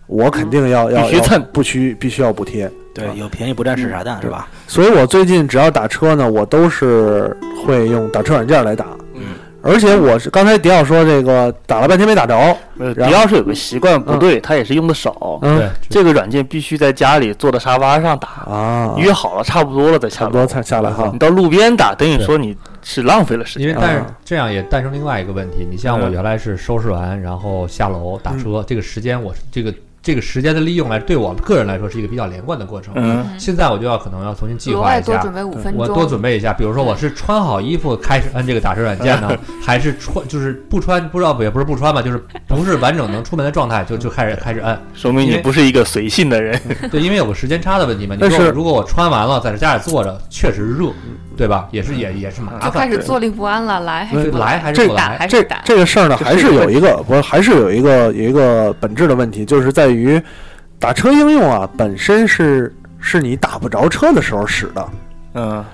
我肯定要要
必须
要
蹭
不需必须要补贴。
对，有便宜不占市傻蛋是吧？
所以我最近只要打车呢，我都是会用打车软件来打。
嗯，
而且我是刚才迪奥说这个打了半天没打着，
呃，迪
然后
奥是有个习惯不对，他也是用的少。
嗯
对，
这个软件必须在家里坐在沙发上打，
啊，
约好了差不多了再
差
下
不多
楼。
才下来哈
你。到路边打，等于说你是浪费了时
因为
间。
但是
啊
这样也诞生另外一个问题，你像我
嗯
原来是收拾完然后下楼打车，这个时间我是这个这个时间的利用来对我个人来说是一个比较连贯的过程。
嗯，
现在我就要可能要重新计
额
划
外
一
多
下
准，备五分
我
钟，
多准备一下，比如说我是穿好衣服开始摁这个打车软件呢，还是穿就是不穿不知道也不是不穿吧，就是不是完整能出门的状态就就开始开始摁。
说明
因
你
为
不是一个随性的人。
对，因为有个时间差的问题嘛。你
但
说
是
如果我穿完了在这家里坐着，确实热，对吧？也是也也是麻
就开。
烦
始坐立不安了，来还是
对
不来
来还
这
是不
打
来？
还
这
是打？
这个事儿呢，还是有一个不是，还是有一个有一个本质的问题，就是在于打车应用啊本身是是你打不着车的时候使的
嗯，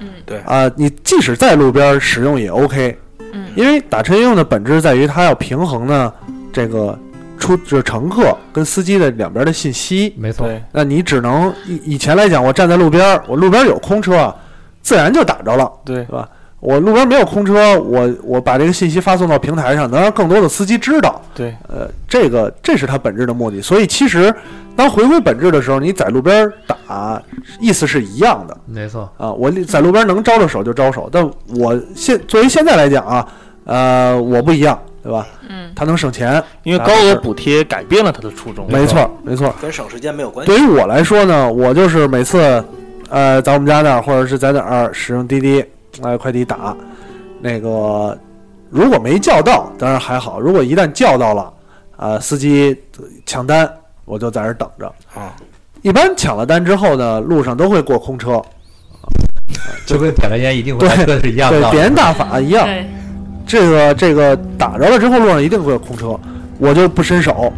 啊，你即使在路边使用也 OK，
嗯
因为打车应用的本质在于它要平衡呢这个出就是乘客跟司机的两边的信息，
没错，
那你只能以以前来讲，我站在路边儿，我路边儿有空车啊，自然就打着了，
对
对吧？我路边儿没有空车，我我把这个信息发送到平台上，能让更多的司机知道。
对，
呃，这个这是它本质的目的。所以其实当回归本质的时候，你在路边儿打，意思是一样的
没错，
啊。我在路边儿能招着手就招手，但我现作为现在来讲啊，呃，我不一样，对吧？
嗯，
它能省钱，
因为高额补贴改变了他的初衷。
没错儿，没错儿。
跟省时间没有关系。
对于我来说呢，我就是每次，呃，在我们家那儿或者是在哪儿使用滴滴来快递打，那个如果没叫到，当然还好；如果一旦叫到了，呃，司机抢单，我就在这儿等着。
啊，
一般抢了单之后呢，路上都会过空车，
就跟点了烟一定会来车是一样的
对
道理。
别人大法一样。
对，
这个这个打着了之后，路上一定会有空车，我就不伸手，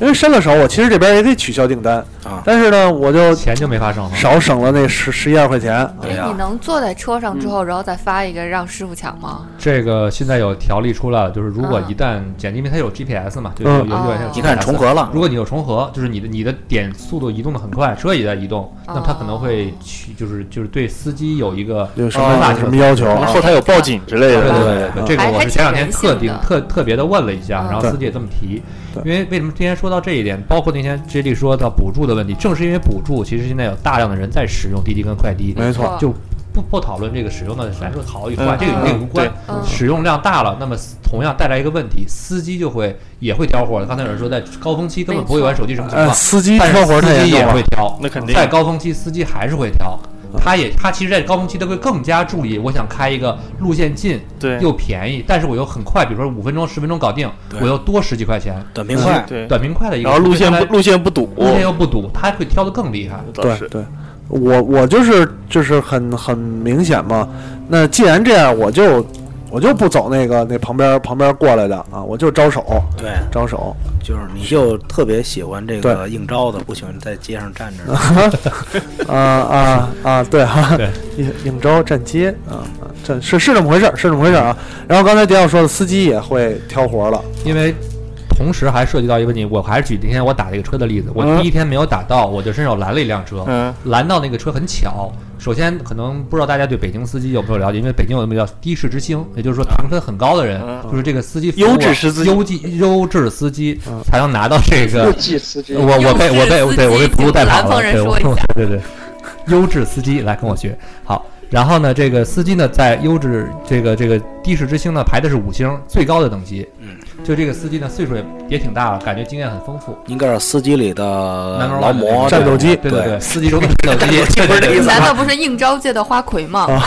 因为伸了手，我其实这边也可以取消订单
啊
但是呢，我就
钱就没发生了。
少省了那十十一二块钱。
对呀
你能坐在车上之后，然后再发一个让师傅抢吗？
这个现在有条例出来了，就是如果
嗯
一旦检，因为它有 GPS 嘛，就
嗯
有有有软件有
哦
你看
GPS
重合了
如，果你有重合，就是你的你的点速度移动的很快，车也在移
哦
动，那么它可能会去就是就是对司机有一个
有什
惩罚
么
性
什
的
么要求啊
可能？后台有报警之类
对
的。
对对
嗯
对，这个
还
我
还
是
挺
前两天
人
特
性
定
的嗯
特特别的问了一下，然后
对
司机也这么提，
对
因为为什么今天说到这一点，包括那天 J D 说到补助的问题，正是因为补助，其实现在有大量的人在使用滴滴跟快滴，
没错
就不不讨论这个使用的来说好与坏，
嗯
这个与那个无关
对。
嗯
使用量大了，那么同样带来一个问题，司机就会也会挑活儿。刚才有人说，在高峰期根本不会玩手机什么情
呃，
况，
司机
但是
车活儿太
司
严
机也
重
会
了。
挑，
那肯定
在高峰期司机还是会挑，
嗯
他也他其实，在高峰期他会更加注意，我想开一个路线近
对
又便宜，但是我又很快，比如说五分钟十分钟搞定，
对
我又多十几块钱，
短平快。
对，
短平快的一个，
然后路线
对
不路线不堵，
路线又不堵，他会挑的更厉害。
倒
对
是
对，我我就是就是很很明显嘛。那既然这样，我就我就不走那个那旁边旁边过来的啊，我就招手
对，
招手。
就是你就特别喜欢这个应招的，不喜欢在街上站着。
啊啊啊！对哈
对，
应应招站街啊啊，这是是这么回事儿，是这么回事儿啊。然后刚才迪奥说的，司机也会挑活儿了。
因为同时还涉及到一个问题，我还是举那天我打这个车的例子，我第一天没有打到，我就伸手拦了一辆车，
嗯
拦到那个车很巧。首先，可能不知道大家对北京司机有没有了解，因为北京有那么叫的士之星，也就是说评分很高的人，就是这个司机服务啊
嗯优质司机
优绩优质司机才能拿到这个
又记司机
我我被我被
优质司机
对我被不
请
路带跑
南
了，
方人
对我
说一下
对对对，优质司机来跟我学好。然后呢，这个司机呢，在优质这个这个的士之星呢排的是五星最高的等级，
嗯，
就这个司机呢岁数也也挺大了，感觉经验很丰富。
应该是司机里的
男
呃劳模
战斗机
对
对
对， 司机中的战斗机，对对 对，
难道不是应招界的花魁吗？
啊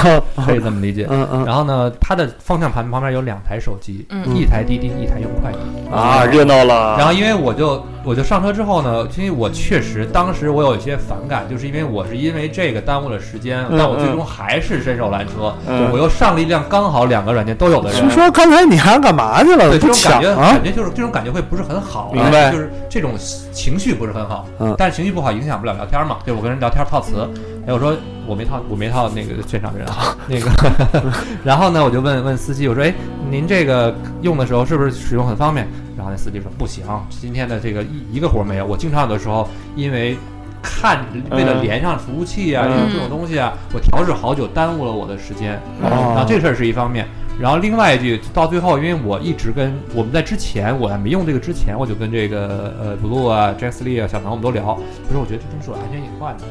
可以
啊
这么理解。
嗯嗯
然后呢，它的方向盘旁边有两台手机，
嗯
一台滴滴，一台用快递。
啊，热闹了。
然后因为我就我就上车之后呢，因为我确实当时我有一些反感，就是因为我是因为这个耽误了时间，但我最终还是伸手拦车，
嗯
我又上了一辆刚好两个软件都有的
听
人。
说刚才你还干嘛去了？
对这
不
种感
抢
觉，
啊
感？觉就是这种感觉会不是很好，啊
明白
就是这种情绪不是很好，
嗯
但是情绪不好影响不了聊天嘛，就是我跟人聊天套词，哎，我说我没套，我没套那个现场 人啊，那 个，然后呢，我就问问司机，我说，哎，您这个用的时候是不是使用很方便？然然后那司机说不行，今天的这个一一个活儿没有。我经常有的时候因为看为
嗯
了连上服务器啊，
嗯
因为各种东西啊，我调试好久，耽误了我的时间。
哦
然后这事儿是一方面，然后另外一句到最后，因为我一直跟我们在之前，我还没用这个之前，我就跟这个呃 Blue 啊、Jax Lee 啊、小唐我们都聊，不是我觉得这真是有安全隐患的，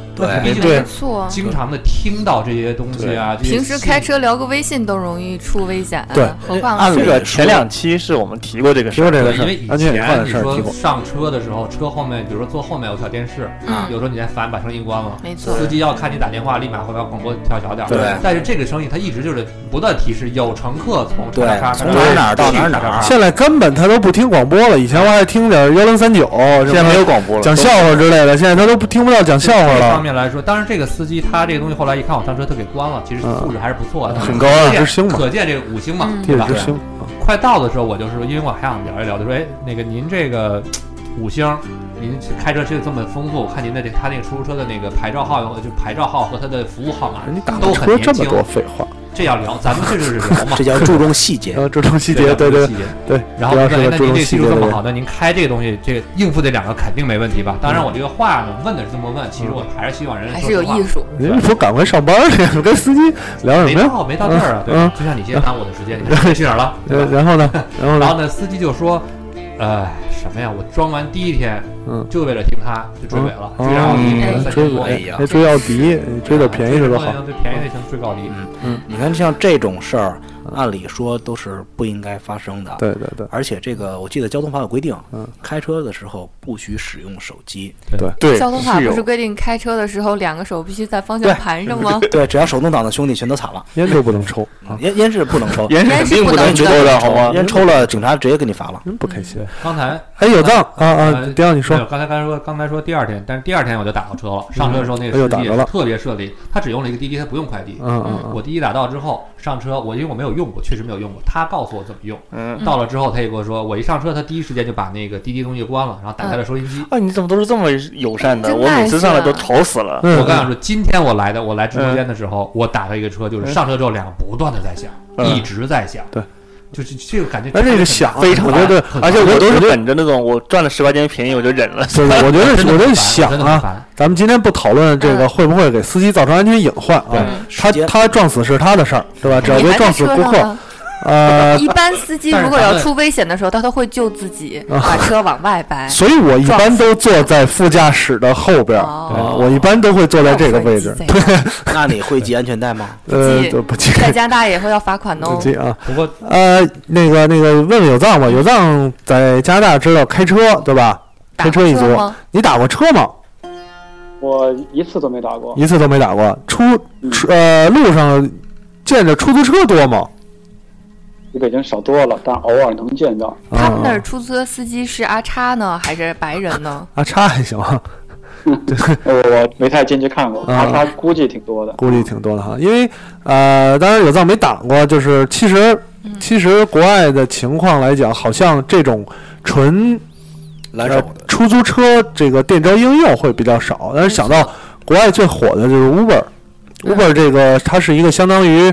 毕
对，
竟
没
是
错，啊
经常的听到这些东西啊，这些
平时
信
开车聊个微信都容易出危险，啊
对
何况
按
是
这个前两期是我们提过这个事
听
儿，
过这个
对，
事
因为以
儿，安全隐患
前
的
你
事儿提
说
过。
上车的时候，车后面，比如说坐后面有小电视，啊
嗯
有时候你嫌烦，把声音关了。
没错，
司机要看你打电话，立马会把广播调小点儿。
对
但是这个声音它一直就是不断提示有乘客从
对
叉叉叉
从哪儿哪儿到哪儿哪儿
叉叉叉
现在根本他都不听广播了，以前我还听点幺零三九，
现在没有广播了，
讲笑话之类的，现在他都不听不到讲笑话
这方
了，
面来说，当然这个司机他这个东西后来一看我上车，他给关了，其实
嗯
素质还是不错的，
很高啊
可见
知星嘛
可见这个五星嘛，
嗯
地铁
对吧
之？星。
快到的时候，我就是因为我还想聊一聊，就说哎，那个您这个嘖五星，您开车其实这么丰富，我看您的这他那个出租车的那个牌照号，就牌照号和他的服务号码
人家打
都
个
很
车
年
这么
轻，
多废话，
这要聊，咱们这就是聊嘛
这。叫注重细节
然。后这种细节，
这
对
叫
对
细节。
对。
然后
主
我
要
说，
是
哎，
个
那
注
您
重
这技
细节
术这
的
么
人
好，。那您开这个东西，这个应付这两个肯定没问题吧？当然，我这个话呢问的是这么问，其实我还是希望人
还是有艺
术。
术。
您不赶快上班儿去， 跟司机聊什
没
么呀？
到没到这儿啊，对
嗯，
就像你现在耽误我的时间，你看这去哪儿了？对吧
呃然 后呢？然后
然
呢？
后呢，司机就说：“呃，什么呀？我装完第一天，
嗯
就为了听他，就追尾了，
嗯
追上奥迪
嗯
追了
哎
三
追
千多，
哎
尾
呀，
哎追奥迪，
啊
你追点便宜的
的
就好。，嗯
最便宜的行，追个奥迪。
你看，像这种事儿，按理说都是不应该发生的。
对对对，
而且这个我记得交通法有规定，
嗯
开车的时候不许使用手机。
对，
交通法
是
不
有
是规定开车的时候两个手必须在方向盘上吗？
对，只要手动挡的兄弟全都惨了，
烟都不能抽啊！
烟烟是不能抽，
严是肯定不能
绝
抽
对
的，
不
好
能抽
吗？
烟抽了，警察直接给你罚了。
嗯
真不开心。
刚才
哎，有藏啊啊！
呃
迪奥，你说
没有刚才刚才说刚才说第二天，但是第二天我就打到车了。上车的时候那个
哎呦
司
打
机
着了
特别顺利，他只用了一个滴滴，他不用快递。
嗯嗯嗯，
我滴滴打到之后上车，我因为我没有用过，确实没有用过，他告诉我怎么用。
嗯，
到了之后他也跟我说，我一上车，他第一时间就把那个滴滴东西关了，然后打开了收音机。
啊，你怎么都是这么友善的？
真
我每
耐
次上来
心
都
啊
愁死了。
嗯
我跟你说，今天我来的，我来直播间的时候，我打了一个车，就是上车之后两个不断的在响，
嗯
一直在响。
对，
就是这个感觉。
哎，这个响，
非常
我觉得，
很
而且
我
我
都是
觉得，
本着那种我赚了十块钱便宜我就忍 了。
对对，我觉
真的
得，我
很
觉得
烦
响
真的很
啊。
烦。
咱们今天不讨论这个
嗯
会不会给司机造成安全隐患啊，
嗯
他
时间
他撞死是他的事儿，对吧？只要
你
别
还在
撞死
车
顾
上
客，
呢
呃，
一般司机如果要出危险的时候，他都会救自己，把车往外掰。
所以我一
撞
般
死
都坐在副驾驶的后边儿，
哦
我一般都会坐在 这个位置，
那我说你是
那你会系安全带吗？
呃
不，系
就不记
这样在加拿大也会要罚 款
不
哦。
记
哎
啊，
不过
呃，那个那个，问问有藏吧，有藏在加拿大知道开车对吧？
打
开车一
车
族
吗，
你打过车吗？
我一次都没打过。
一次都没打过。出
嗯
出呃路上见着出租车多吗？
比北京少多了，但偶尔能见到。
他们那儿
啊
出租车司机是阿叉呢，还是白人呢？
啊差还行，啊，
呃我没太进去看过，
啊
他他估计挺多的。
估计挺多的哈。因为呃，当然有藏没打过，就是其实
嗯
其实国外的情况来讲，好像这种纯
拦手
呃出租车这个电招应用会比较少，但是想到国外最火的就是 Uber，Uber、Uber 这个它是一个相当于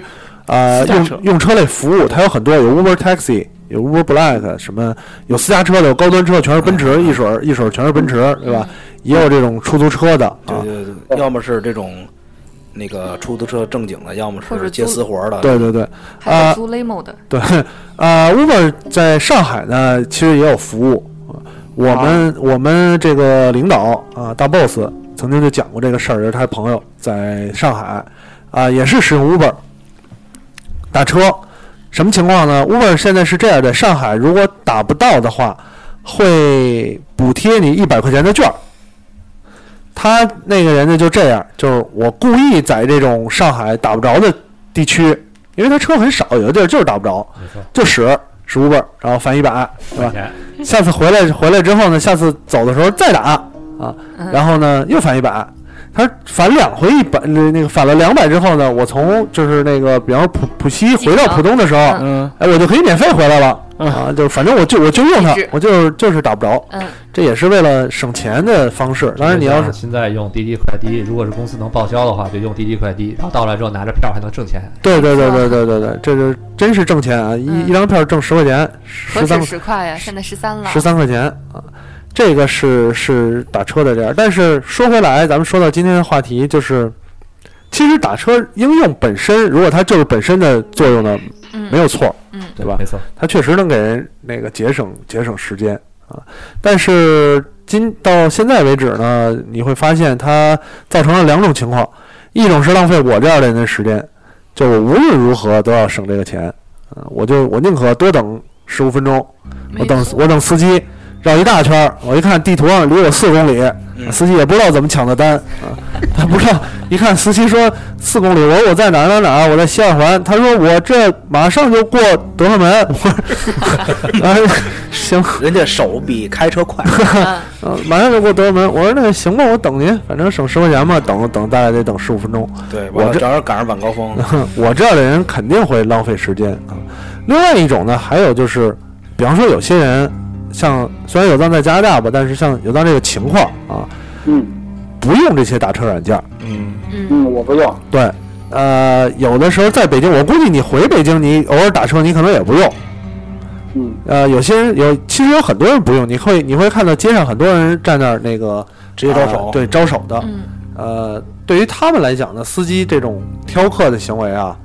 呃
私家
用
车
用车类服务，它有很多有 Uber Taxi。有 Uber Black，什么有私家车的，有高端车，全是奔驰，一水儿一水儿全是奔驰，对吧？也有这种出租车的啊
对，对对，要么是这种那个出租车正经的，要么
或者
是
租
接私活儿的。
对对对，
还有租 limo 的，
对，呃，Uber 在上海呢，其实也有服务。我们、我们这个领导啊，大 boss 曾经就讲过这个事儿，就是他朋友在上海啊，也是使用 Uber 打车。什么情况呢？Uber 现在是这样，在上海如果打不到的话，会补贴你一百块钱的券儿。他那个人呢就这样，就是我故意在这种上海打不着的地区，因为他车很少，有的地儿就是打不着，
没错，
就使使 Uber，然后返一百，对
花
吧？
钱
下次回来回来之后呢，下次走的时候再打啊，
嗯
然后呢又返一百。他说返两回一百，那那个返了两百之后呢，我从就是那个，比方说浦浦西回到浦东的时候，
嗯
嗯，
哎，我就可以免费回来了。
嗯
啊，就反正我就我就用它
一直，
我就是就是打不着，
嗯，
这也是为了省钱的方式。当然你要是
现在用滴滴快滴，如果是公司能报销的话，就用滴滴快滴，然后到了之后拿着票还能挣钱。
对对对对对对对，这就真是挣钱啊！一
嗯
一张票挣十块钱，
何
十三
止十块呀，现在十三了。
十三块钱啊，这个是是打车的这样。但是说回来，咱们说到今天的话题，就是其实打车应用本身，如果它就是本身的作用呢，
嗯，
没有错，
嗯，
对吧
没错，
它确实能给人那个节省节省时间啊。但是今到现在为止呢，你会发现它造成了两种情况，一种是浪费我这样的人的时间，就我无论如何都要省这个钱，啊，我就我宁可多等十五分钟，
没
我等
错
我等司机绕一大圈儿，我一看地图上离我四公里，
嗯
司机也不知道怎么抢的单啊，他不知道，一看司机说四公里，我说我在哪儿哪儿哪儿，我在西二环，他说我这马上就过德胜门， 我说 啊行，
人家手比开车快，
嗯
啊马上就过德胜门，我说那行吧，我等您，反正省十块钱嘛，等等大概得等十五分钟，
对，
我
我
这
正好赶上晚高峰，
我这样的人肯定会浪费时间啊。另外一种呢，还有就是，比方说有些人，像虽然有藏在加拿大吧，但是像有藏这个情况啊，
嗯
不用这些打车软件儿。
嗯，
嗯，我不用，
对，呃，有的时候在北京，我估计你回北京，你偶尔打车，你可能也不用。
嗯，
呃，有些人有，其实有很多人不用，你会你会看到街上很多人站那儿那个
直接招
呃
手。
对招手的。
嗯
呃，对于他们来讲呢，司机这种挑客的行为啊，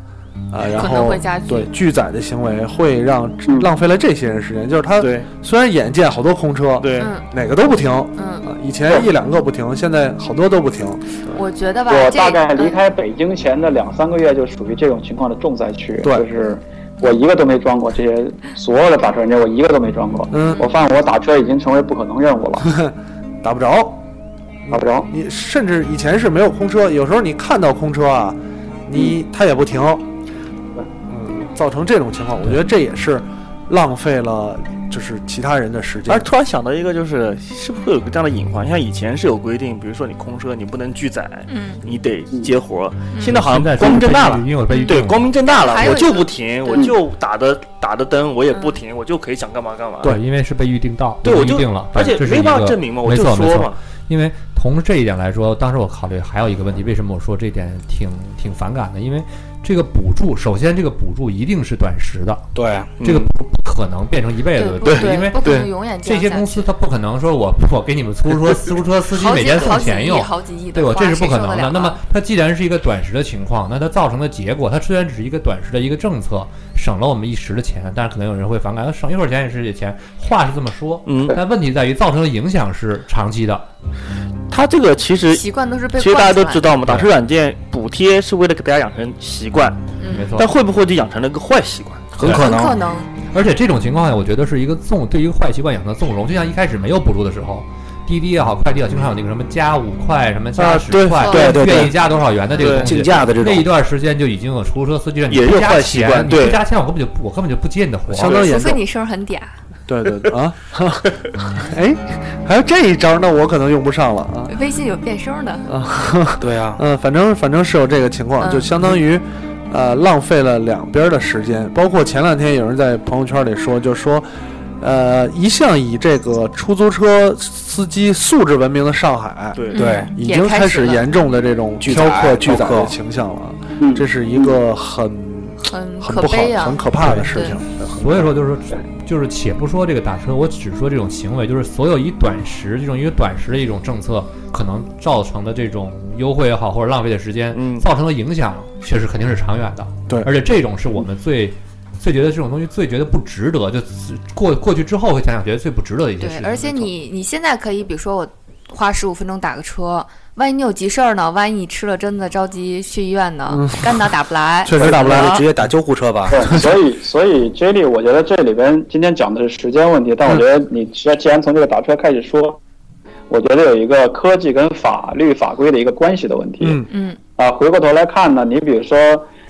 啊、然
可能
后
会加剧
对拒载的行为会让
嗯
浪费了这些人时间。就是他
对
虽然眼见好多空车，
对，
嗯
哪个都不停，
嗯，
啊以前一两个不停，现在好多都不停。
我觉得吧，
我
这
大概离
嗯
开北京前的两三个月就属于这种情况的重灾区，
对
就是我一个都没装过这些所有的打车软件，我一个都没装过。
嗯，
我发现我打车已经成为不可能 任务了，
打不着，
打不着。
你甚至以前是没有空车，有时候你看到空车啊，你它也不停，嗯，造成这种情况，我觉得这也是浪费了就是其他人的时间
而。突然想到一个，就是是不是会有个这样的隐患？像以前是有规定，比如说你空车你不能拒载，
嗯，
你得接活。现在好
现在
像光明正大了，
因为我被
对，光明正大了
还，有
我
一个嗯
就不停，我就打的打的灯，我也不停，我就可以想干嘛干嘛。
对，啊因为是被预定到，
对，我
预
就
定了，
而且
这是
没
一
办法
个
证明嘛，我
没
就
错没
说
错
嘛，
因为从这一点来说，当时我考虑还有一个问题，为什么我说这一点挺挺反感的？因为这个补助，首先这个补助一定是短时的，
对，啊
这个
嗯
不可能变成一辈子的
对
补助，
对，
因为
不可能永远
这
样
些
下
公
去
司它不可能说我我给你们出租车出租车司机
好
每
几
天
好
送
几
钱
亿
用，
好几亿的
对我
花
这是不
谁
可
受得
能
了
的。那么
啊
它既然是一个短时的情况，那它造成的结果，它虽然只是一个短时的一个政策，省了我们一时的钱，但是可能有人会反感，省一会儿钱也是钱，话是这么说，
嗯，
但问题在于造成的影响是长期的。
他这个其实
习惯都是被
其实大家都知
道，
道嘛，打车软件补贴是为了给大家养成习惯，
嗯
没错
但，会不会就养成了个坏习惯？
很可
很可
能。
能
而且这种情况下，我觉得是一个纵对于一个坏习惯养成的纵容，就像一开始没有补助的时候，滴滴也好，快递啊也好，经常有那个什么加五块，什么加
啊
十
对
块，
对对对
愿意加多少元的这个
对
东西
竞。价的这
那一
种，
段时间就已经有出租车司机让你
也
不
有
加
坏习
钱
惯
你
对
不加钱我根本就不我根本就不接你的活儿。
相当
除
严
非
重，
你声儿很嗲，
对对对 啊，哎，还有这一招，那我可能用不上了啊。
嗯
微信有变声的，
对啊，
嗯，反正反正是有这个情况，
嗯
就相当于，呃，浪费了两边儿的时间。包括前两天有人在朋友圈里说，就说，呃，一向以这个出租车司机素质闻名的上海，
对
嗯
对
已
也
经开
始
始
了
严重的这种
拒
挑
载
客拒
挑
载的
客
倾向了，
嗯，
这是一个很
很
很
可
不好
悲、啊
很。可怕的事
对
情。
所以说就是说就是且不说这个打车，我只说这种行为，就是所有以短时这种因为短时的一种政策可能造成的这种优惠也好，或者浪费的时间，
嗯
造成的影响，确实肯定是长远的。
对
而且这种是我们最。最觉得这种东西最觉得不值得，就过过去之后会想想觉得最不值得的一些事
对，
情。
而且你你现在可以，比如说我花十五分钟打个车，万一你有急事儿呢，万一你吃了针子着急去医院呢，肝脑打不来，
确实打不来
了
就直接打救护车吧。
对，所以所以 J 莉，我觉得这里边今天讲的是时间问题，但我觉得你既然既然从这个打车开始说，我觉得有一个科技跟法律法规的一个关系的问题。
嗯
嗯
啊，回过头来看呢，你比如说，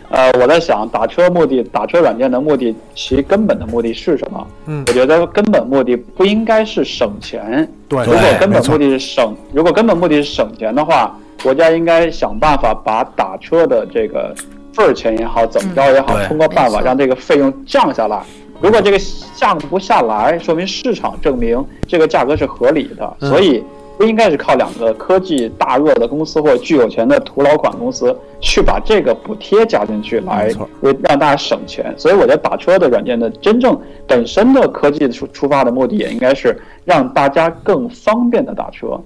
呃，我在想打车目的，打车软件的目的，其根本的目的是什么？
嗯
我觉得根本目的不应该是省钱。
对
如果根
没
本
错
目的是省，如果根本目的是省钱的话，国家应该想办法把打车的这个份儿钱也好，怎么着也好，
对
通过办
嗯没
法
错
让这个费用降下来。如果这个下不下来，说明市场证明这个价格是合理的，
嗯
所以不应该是靠两个科技大鳄的公司或者巨有钱的土老款公司去把这个补贴加进去来
没错
为让大家省钱。所以我觉得打车的软件的真正本身的科技出出发的目的也应该是让大家更方便的打车。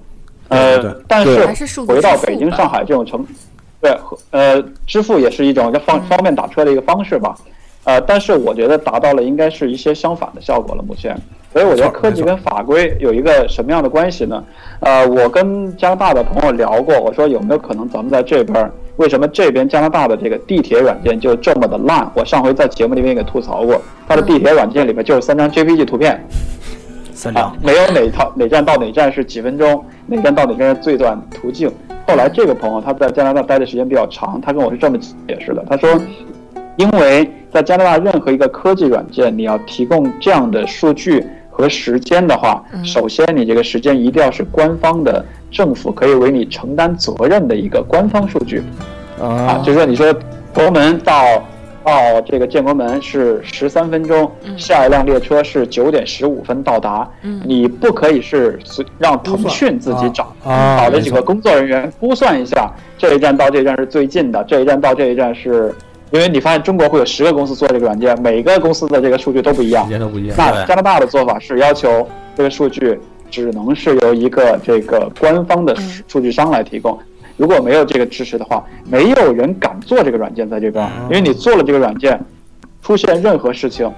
呃
对，
但是
还是数字
回到
支付
北京、
吧
上海这种城，对，呃，支付也是一种
嗯
方方便打车的一个方式吧。呃，但是我觉得达到了应该是一些相反的效果了，目前。所以我觉得
没错
科技
没错
跟法规有一个什么样的关系呢？呃，我跟加拿大的朋友聊过，我说有没有可能咱们在这边儿，为什么这边加拿大的这个地铁软件就这么的烂？我上回在节目里面给吐槽过，它
嗯
的地铁软件里面就是三张 JPG 图片，
三
啊
张，，
没有哪套哪站到哪站是几分钟，哪站到哪站是最短途径。后来这个朋友他在加拿大待的时间比较长，他跟我是这么解释的，他说，因为在加拿大任何一个科技软件，你要提供这样的数据和时间的话，
嗯
首先你这个时间一定要是官方的。政府可以为你承担责任的一个官方数据
哦
啊，就是说你说国门到到这个建国门是十三分钟，
嗯
下一辆列车是九点十五分到达，
嗯
你不可以是随让腾讯自己找
哦
啊
找了几个工作人员估算一下，这一站到这一站是最近的，这一站到这一站是，因为你发现中国会有十个公司做这个软件，每个公司的这个数据都不一样
时。间都不一样。
那加拿大的做法是要求这个数据只能是由一个这个官方的
嗯
数据商来提供。如果没有这个支持的话，没有人敢做这个软件在这边，因为你做了这个软件，出现任何事情，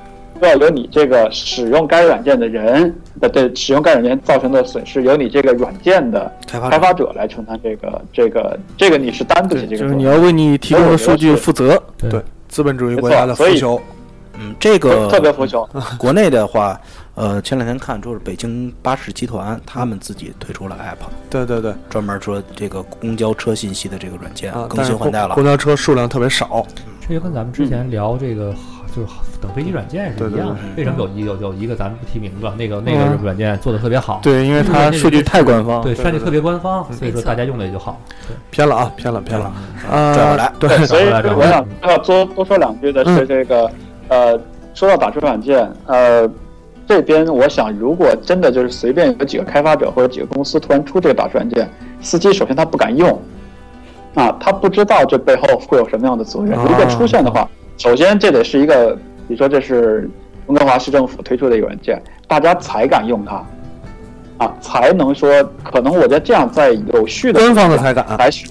都要由你这个使用该软件的人的对使用该软件造成的损失，由你这个软件的
开发
开发者来承担这个这个这个你是担不起这个
就是
责任
你
的。
要为你提供的数据负责。
对资本主义国
没错
家的
所
腐
以
朽，
嗯，这个
特别服球，
国内的话，呃，前两天看说是北京巴士集团他们自己推出了 app，
对对对
专门说这个公交车信息的这个软件
啊，
更
但是
新换代
公
了
公。交车数量特别少，
这就跟咱们之前聊这个就是等飞机软件是一样的。为什么有一有有一个咱们不提名字，那个那个
嗯
软件做的特别好？
对，因为它数据太官方。
对，
对
算是
对
特别官方，所以说
没错
大家用的也就好。
偏了啊，偏了偏了
转过来
啊，对，
所
转
以
回来转回
我
来
想
嗯
要多多说两句的是这个，呃，说到打车软件，呃，这边我想，如果真的就是随便有几个开发者或者几个公司突然出这个打车软件，司机首先他不敢用，啊，他不知道这背后会有什么样的责任。
啊
如果出现的话，首先这得是一个，比如说这是温哥华市政府推出的一个软件，大家才敢用它。啊，才能说，可能我觉得这样在有序的
官方的才敢，啊
还是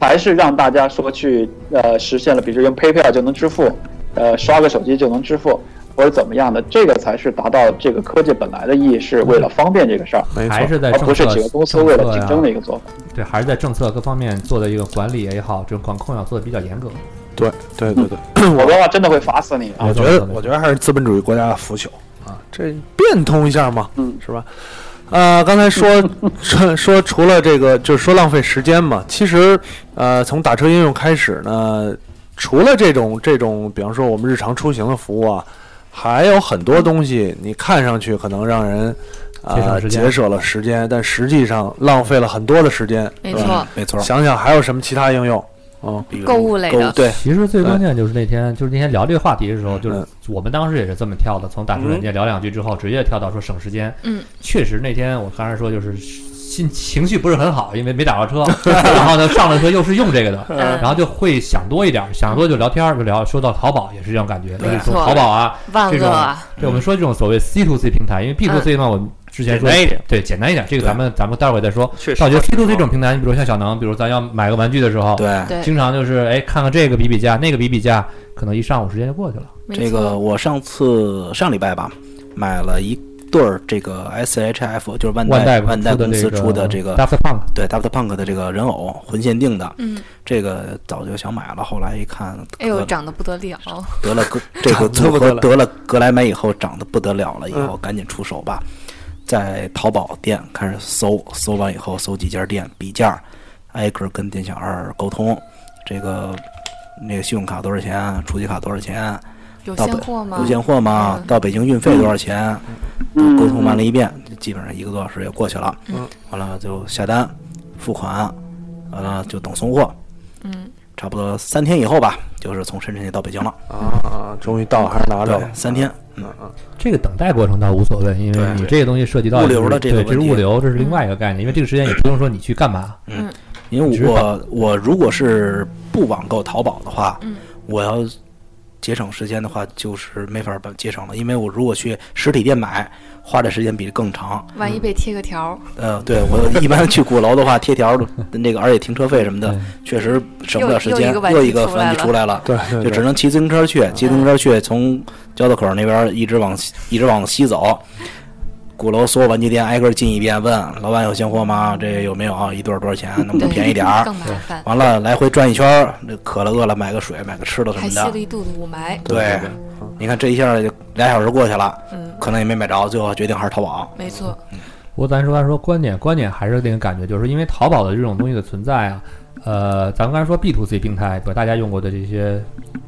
还是让大家说去呃实现了，比如说用 PayPal 就能支付，呃刷个手机就能支付，或者怎么样的，这个才是达到这个科技本来的意义，是为了方便这个事儿，
没
还
错，
是在政
而哦不是
策
几个公司
政
为了
策
竞
呀
争的一个做法。
对，还是在政策各方面做的一个管理也好，这种管控要做的比较严格。
对对对对，
我的话真的会罚死你啊！
我觉得我觉得还是资本主义国家的腐朽啊，这变通一下嘛，
嗯
是吧？呃，刚才说说说除了这个，就是说浪费时间嘛。其实，呃，从打车应用开始呢，除了这种这种，比方说我们日常出行的服务啊，还有很多东西，你看上去可能让人
节省
呃
了时间
节省了时间，但实际上浪费了很多的时间。
没错，
没错，
想想还有什么其他应用？嗯，
比如
购物类的
购对，
其实最关键就是那天，就是那天聊这个话题的时候，
嗯
就是我们当时也是这么跳的，从打车软件聊两句之后，直接跳到说省时间。
嗯，
确实那天我刚才说就是心情绪不是很好，因为没打到车， 然后呢上了车又是用这个的，
嗯
然后就会想多一点，想多就聊天儿，就聊说到淘宝也是这种感觉，
对
就是从
没错
淘宝啊，
万
这
恶
种
啊，
对，我们说这种所谓 C to C 平台，因为 B
嗯
to C 嘛，我们之前说
简单一点，
对，简单一点，这个咱们咱们待会儿再说。
确实
但我觉得 C to C 这种平台，你比如像小能，比如咱要买个玩具的时候，，
对，
对，
经常就是哎看看这个比比价，那个比比价，可能一上午时间就过去了。
没
这个
错
我上次上礼拜吧，买了一对儿这个 S H F，就是万
万
代
代
万代公司出的这
这
个
Daft Punk，
对 Daft Punk 的这个人偶魂限定的，
嗯，
这个早就想买了，后来一看，
哎呦，
得
长得不得了，
得了 格这个组
得
合
了
得了嗯格莱美以后长得不得了了，以后赶紧出手吧，在淘宝店开始搜，搜完以后搜几家店比价，挨个跟店小二沟通，这个那个信用卡多少钱，储蓄卡多少钱，
有
到
现
北
货吗？
有现货吗
嗯？
到北京运费多少钱？
嗯
都沟通完了一遍，基本上一个多小时也过去了。
嗯，
完了就下单、付款，完了就等送货，
嗯，
差不多三天以后吧，就是从深圳就到北京了。
啊，终于到，还是拿着
对
了，。
三天，
嗯嗯，
这个等待过程倒无所谓，因为
对
你这个东西涉及到
物流的这
这
个
对，是
问题
物流，这是另外一个概念，因为这个时间也不用说你去干嘛，
因为
知道
我我如果是不网购淘宝的话，
嗯
我要节省时间的话，就是没法把节省了，因为我如果去实体店买，花的时间比这更长。
万一被贴个条儿，
呃，对我一般去鼓楼的话，贴条儿那个，而且停车费什么的，确实省不了时
又又一
间
个。问题
又一个
出来
问题
了
出来了，
对对
就只
对，
能骑自行车去，骑自行车去，从交道口那边一直往西，一直往西走。鼓楼所有玩具店挨个进一遍，问老板有现货吗？这有没有啊？一对儿多少钱？能不
对，
能便宜点儿？
更麻烦，
完了来回转一圈儿，那渴了饿了买个水，买个吃的什
还
么
吸了
的。
一肚子雾霾。
对，你看这一下就俩小时过去了，
嗯，
可能也没买着，最后决定还是淘宝。
没错，
不过咱说咱说观点，观点还是那个感觉，就是因为淘宝的这种东西的存在啊，呃，咱们刚才说 B to C 平台，把大家用过的这些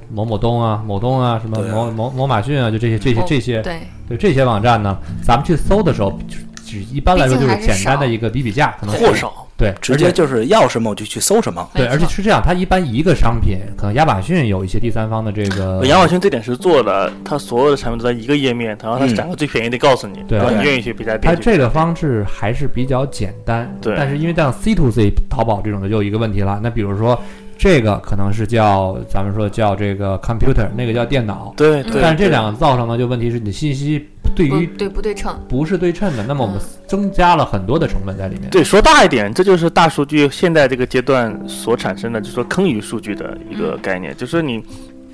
某某东啊、某东啊、什么
对啊
某某某马逊啊，就这些这些
哦
这些，
对，
对这些网站呢，咱们去搜的时候，只只一般来说
毕
就
竟还是
简单
少
的一个比比价，可能
货少，
对，
直
而
接
且
就是要什么我就去搜什么。
对，
没
而且
错
是这样，它一般一个商品，可能亚马逊有一些第三方的这个，
亚马逊这点是做的，它所有的产品都在一个页面，然后它
嗯
展个最便宜的告诉你，
对
然后你
对
愿意去别家
它
店去。
这个方式还是比较简单，
对
但是因为像 C to C 淘宝这种的，就有一个问题了。那比如说，这个可能是叫咱们说叫这个 computer，那个叫电脑，
对
嗯
对，
但是这
对
两个造成的就问题是你信息对
不
于
对不对称，
不是对称的，那么我们增加了很多的成本在里面。
对，说大一点，这就是大数据现在这个阶段所产生的，就是说坑余数据的一个概念，就是你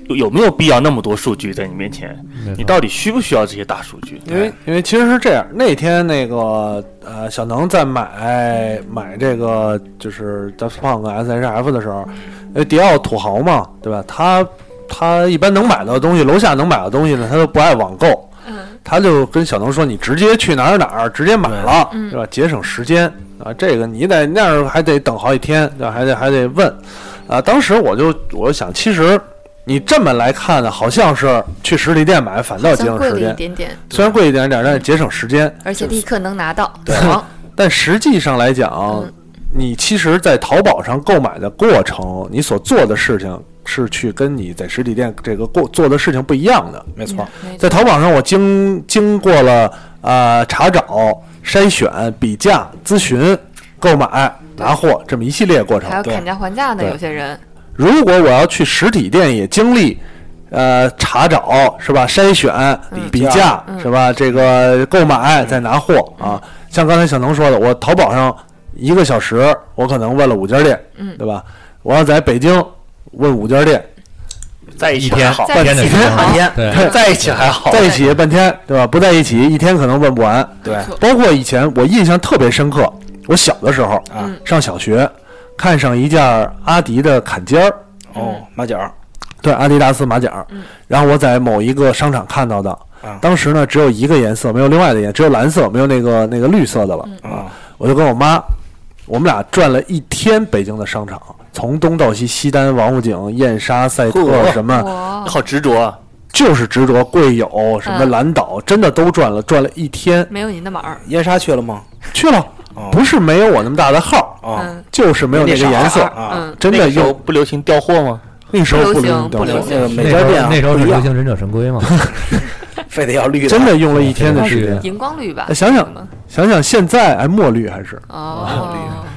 有有没有必要那么多数据在你面前？
没错
你到底需不需要这些大数据？
因
哎
为因为其实是这样，那天那个呃小能在买买这个就是 d a f t Punk SHF 的时候，因为迪奥土豪嘛，对吧？他他一般能买到的东西，楼下能买到的东西呢，他都不爱网购。
嗯，
他就跟小能说：“你直接去哪儿哪儿直接买了，
嗯
对吧？节省时间啊，这个你得那儿还得等好几天，对吧？还得还得问啊。”当时我就我想，其实你这么来看呢，好像是去实体店买反倒节
像
省
贵
时
了一
间，
点点，
虽然贵一点点，但是节省时间。
而且立刻能拿到，
对
爽，
但实际上来讲
嗯，
你其实，在淘宝上购买的过程，你所做的事情是去跟你在实体店这个过做的事情不一样的，没
嗯，没
在
错
淘宝上，我经经过了呃查找、筛选、比价、咨询、购买、拿货这么一系列过程
还。要
对
砍价还价呢，
对
有些人，
如果我要去实体店，也经历呃查找是吧？筛选、比价
嗯
是吧？这个购买再拿货啊。像刚才小能说的，我淘宝上一个小时，我可能问了五家店，
嗯
对吧？我要在北京问五家店，
在一起
天
还 好，
在
天的
一
时
起啊
间
好，
对，
在一起还好。
在一起半天，对吧？不在一
嗯
起一天可能问不完。
对
没错
包括以前我印象特别深刻，我小的时候
啊
嗯
上小学，看上一件阿迪的坎肩儿，
哦，马甲儿
对，阿迪达斯马甲儿，
嗯
然后我在某一个商场看到的
啊，
当时呢只有一个颜色，没有另外的颜，只有蓝色，没有那个那个绿色的了
嗯
啊，
我就跟我妈，我们俩转了一天北京的商场，从东到西，西单、王府井、燕莎、赛特
嚯
什 么。
哇，
好执着啊！
就是执着贵友什么
嗯
蓝岛，真的都转了，转了一天
没有您的码儿，
燕莎去了吗？
去了
哦，
不是没有我那么大的号，
啊，
嗯
就是没有那个颜色，
啊，
嗯，
真
那
的
个时候
用
不流行调货吗？
那时候
不
不
流
流
行不流
行，
行
那
那个每
时
家
候
店啊
那时候
不
是
一
流
样，
行忍者神龟嘛，
非得要绿的，
真的用了一天的时
对
间。
荧光绿吧
哎，想想
什么
想想现在，哎，墨绿还是
哦，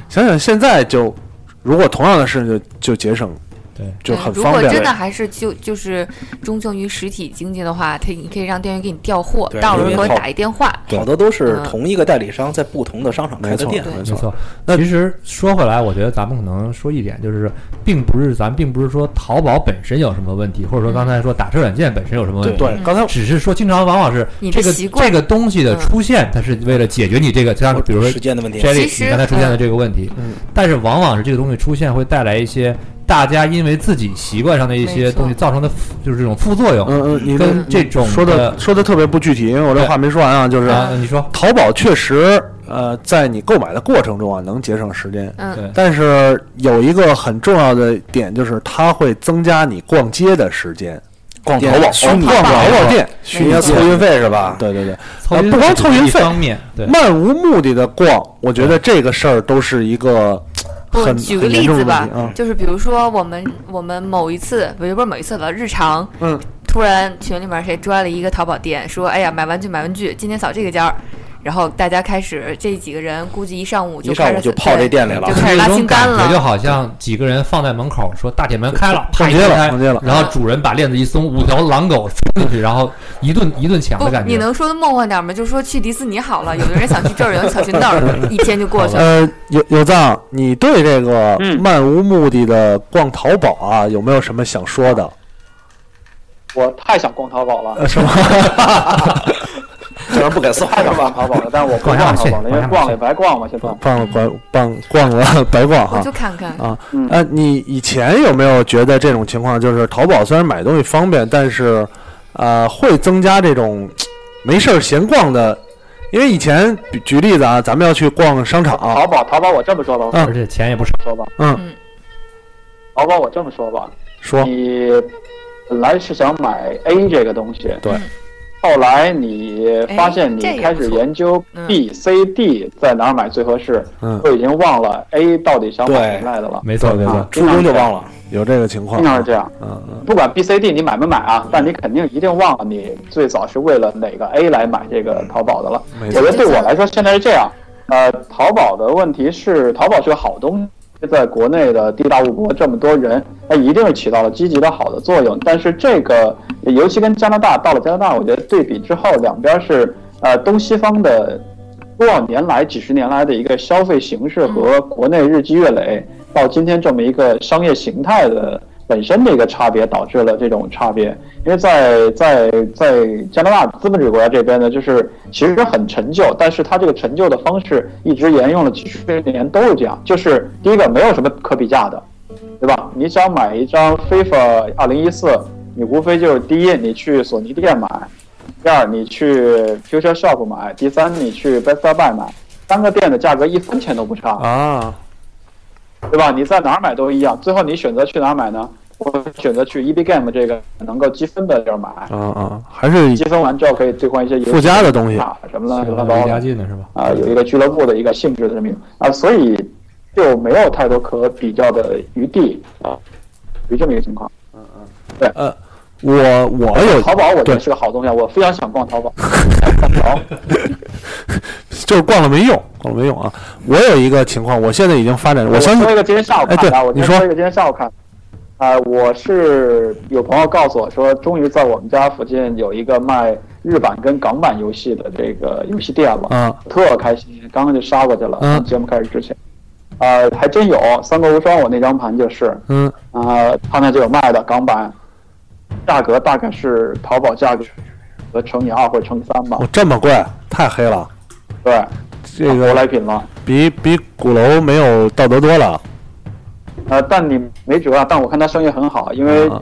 想想现在就，如果同样的事就就节省，
对，
就
对
很
如
方
果
便
真的
了。
还是就就是钟情于实体经济的话，他你可以让店员给你调货，
对
到了
因为
给我
好
打一电话。
好多都是
嗯
同一个代理商在不同的商场开
没
的
错，
店。啊
没
没
错，
错。其实说回来，我觉得咱们可能说一点，就是并不是咱并不是说淘宝本身有什么问题，或者说刚才说打车软件本身有什么问题，
对，
嗯
刚才
只是说经常往往是
你的
这个
习惯嗯
这个东西的出现，它是为了解决你这个，像比如说
时间的问题，
这里
其实
你刚才出现的这个问题，
嗯
但是往往是这个东西出现会带来一些大家因为自己习惯上的一
没
些
错
东西造成的副，就是这种副作用。
嗯嗯，你的
跟这种
说的呃
的
说的特别不具体，因为我这
对
话没说完啊，就是
啊，你说
淘宝确实，呃，在你购买的过程中啊，能节省时间，
嗯，
对
但是有一个很重要的点，就是它会增加你逛街的时间，
逛
店虚拟
逛
逛
淘
淘宝
宝店，
店，虚拟
要
店
凑运费是吧？
对对对，
凑
啊
运
不光
只
凑
是
运
一
费
方面，对，
漫无目的的逛，我觉得这个事儿都是一个
不
很
举个
很严
例
重
子
的问
吧
题啊，。
就是比如说我们我们某一次，也不是某一次吧，日常
嗯
突然群里面谁抓了一个淘宝店，说哎呀买玩具买玩具，今天扫这个家儿。然后大家开始，这几个人估计一上午就
一上
开
午
始
就泡这
对
店里了
就。开始拉
有一
清
种
单
感
了
觉，就好像几个人放在门口说大铁门开了，啪
逛
一
街
推
了
开
逛街了
然后主人把链子一松，五条狼狗冲进去，然后一顿一顿抢
不
的感，觉。
你能说的梦幻点儿吗？就说去迪士尼好了，有的人想去这儿，有人想去那儿，一天就过去了。
呃，有有藏，你对这个
嗯
漫无目的的逛淘宝啊，有没有什么想说的？
我太想逛淘宝了，
呃，什么？
这人不给送，
太想逛淘宝了，但是我不
逛亚马
逛淘
逊
宝了，因
逛嗯
为
亚马逊
逛了也白逛嘛，现在。
逛了逛逛逛了 白逛
我
哈
就。看看，
嗯，
呃，你以前有没有觉得这种情况，就是淘宝虽然买东西方便，但是，呃，会增加这种没事儿闲逛的？因为以前举举例子啊，咱们要去逛商场，
淘宝，淘宝我这么说吧，我
嗯
而且钱也不少。
说吧，
嗯，
淘宝我这么说吧，
说
嗯
你本来是想买 A 这个东西，
对
嗯
后来你发现你
哎这也
开
不
始
错
研究
嗯
B、C、D 在哪儿买最合适，
嗯
都已经忘了 A 到底想买
对
什么来的了。
没错，
对
没
对
错
啊，
初中就忘了。
有这个情况
经，常是这样，
嗯嗯
不管 B、C、D 你买没买啊，但你肯定一定忘了你最早是为了哪个 A 来买这个淘宝的了。
嗯没错
我觉，得对我来说现在是这样，呃，淘宝的问题是淘宝是个好东西，在国内的地大物博这么多人，它一定是起到了积极的好的作用。但是这个尤其跟加拿大，到了加拿大，我觉得对比之后，两边是呃东西方的多少年来几十年来的一个消费形式和国内日积月累到今天这么一个商业形态的。本身的一个差别导致了这种差别，因为在在在加拿大资本主义国家这边呢，就是其实很陈旧，但是它这个陈旧的方式一直沿用了几十年，都是这样。就是第一个没有什么可比价的，对吧？你想买一张 FIFA 二零一四，你无非就是第一你去索尼店买，第二你去 Future Shop 买，第三你去 Best Buy 买，三个店的价格一分钱都不差。
啊，
对吧？你在哪儿买都一样。最后你选择去哪儿买呢？我选择去 EB Game 这个能够积分的地儿买，
嗯
啊啊，还是
积分完之后可以兑换一些游戏
附加的东西
卡什么乱七
是
八
吧
糟
离
的
家近的是吧？
啊，有一个俱乐部的一个性质的这么一个啊，所以就没有太多可比较的余地啊，有这么一个情况。
我我
哎
有
淘宝我觉
对
得是个好东西，啊，我非常想逛淘 宝。
就是逛了没用，逛了没用啊！我有一个情况，我现在已经发展，我
我
相信
说一个今天下午
哎对
看的啊，我
你
先
说
一个今天下午看的。啊、我是有朋友告诉我说，终于在我们家附近有一个卖日版跟港版游戏的这个游戏店了，
啊，
特开心，刚刚就杀过去了。
嗯
节目开始之前，啊、还真有《三国无双》，我那张盘就是，
嗯
啊、他那就有卖的港版，价格大概是淘宝价格和乘以二或者乘以三吧
我，这么贵，太黑了，
对，
这
舶
个
来品了。
比比鼓楼没有道德多了
呃，但你没辙啊，但我看他生意很好，因为
啊，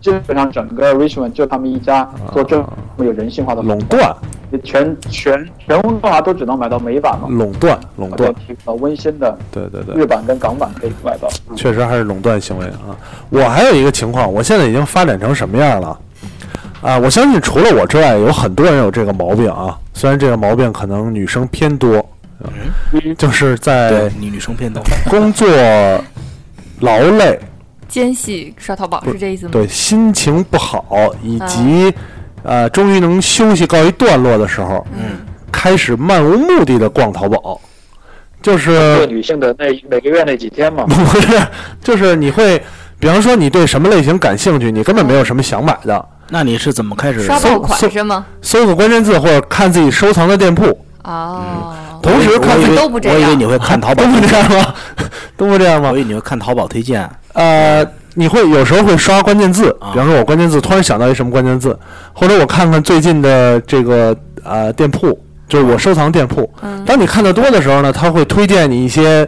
基本上整个 Richmond 就他们一家做这么有人性化的
垄，断
全全全温哥华都只能买到美版嘛，
垄断垄
我就
断，
提到温馨的
对对嗯对
日，版跟港版可以买到。嗯
确实还是垄断行为啊！我还有一个情况，我现在已经发展成什么样了？啊，我相信除了我之外，有很多人有这个毛病啊。虽然这个毛病可能女生偏多，啊
嗯
就是
对
在，
女女生偏多。
工作劳累。
奸细刷淘宝
不
是这意思吗？
对，心情不好，以及、呃，终于能休息告一段落的时候，
嗯，
开始漫无目的的逛淘宝，就
对
是，
女性的那每个月那几天嘛
不是，就是你会，比方说你对什么类型感兴趣，你根本没有什么想买的，
那你是怎么开始？
刷爆
搜
款是吗？
搜个关键字或者看自己收藏的店铺，
哦，
同时看
我以
自己
为
都不这样
我以为你啊会看淘宝
都，不这样吗？ 都不这样吗
我以？为你会看淘宝推荐。
呃，你会有时候会刷关键字，比方说我关键字突然想到一什么关键字，或者我看看最近的这个呃店铺，就是我收藏店铺。
嗯
当你看的多的时候呢，它会推荐你一些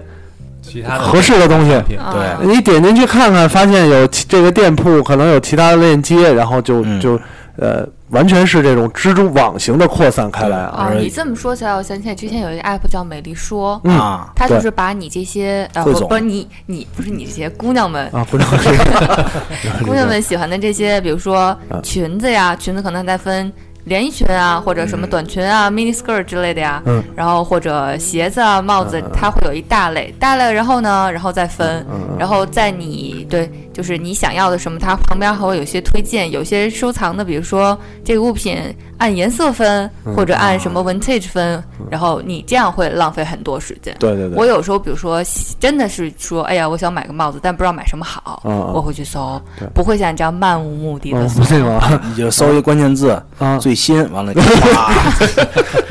其他的
合适的东西。
品
啊
对
你点进去看看，发现有其这个店铺可能有其他的链接，然后就
嗯
就呃，完全是这种蜘蛛网型的扩散开来啊。
哦，
而
你这么说起来，我想起来之前有一个 app 叫美丽说，
嗯
啊，
它
对
就是把你这些呃
汇
不
总
不是你你不是你这些姑娘们
啊，不知道是 嗯
姑娘们喜欢的这些，比如说裙子呀，裙子可能还在分连衣裙啊，或者什么短裙啊、mini skirt 之类的呀，
嗯
然后或者鞋子啊、帽子，它会有一大类，大类然后呢，然后再分，
嗯
然后在你对，就是你想要的什么，它旁边还会有些推荐，有些收藏的，比如说这个物品按颜色分，
嗯
或者
啊
按什么 vintage 分，然后你这样会浪费很多时间。
对对
我
对，
有时候，比如说，真的是说，哎呀，我想买个帽子，但不知道买什么好，
嗯嗯
我会去搜
对，
不会像你这样漫无目的的
嗯，
搜。
不对吗？
你就搜一关键字
啊
最新，完 了你啊啪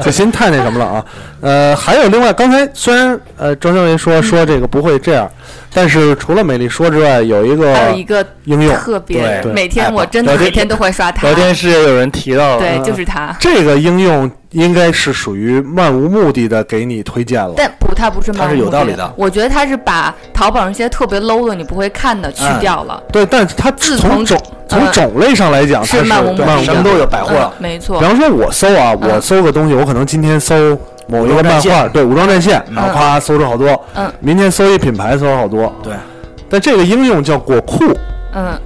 这心太那什么了啊。呃，还有另外，刚才虽然呃周政委
嗯
说说这个不会这样，但是除了美丽说之外，有一
还有
个
一个
应用，
特别
对
对
每天我真的
聊天
每天都会刷它
聊，天室有人提到了，
对，
嗯
就是它。
这个应用应该是属于漫无目的的给你推荐了。
但不，它不是漫无
它是有
目
道理的
我觉得它是把淘宝上一些特别 low 的你不会看的去掉了，
对，但是它
自
从
从
种从
呃
种类上来嗯讲，它
是漫无目
对
的的，
什么都有百货
嗯没错
比。方说，我搜啊，我
嗯
搜个东西，我可能今天搜某一个漫画，
武装战线
对，武装战线，然后夸搜出好多，
嗯，
明天搜一品牌，搜出好多，
对。
但这个应用叫果库，
嗯，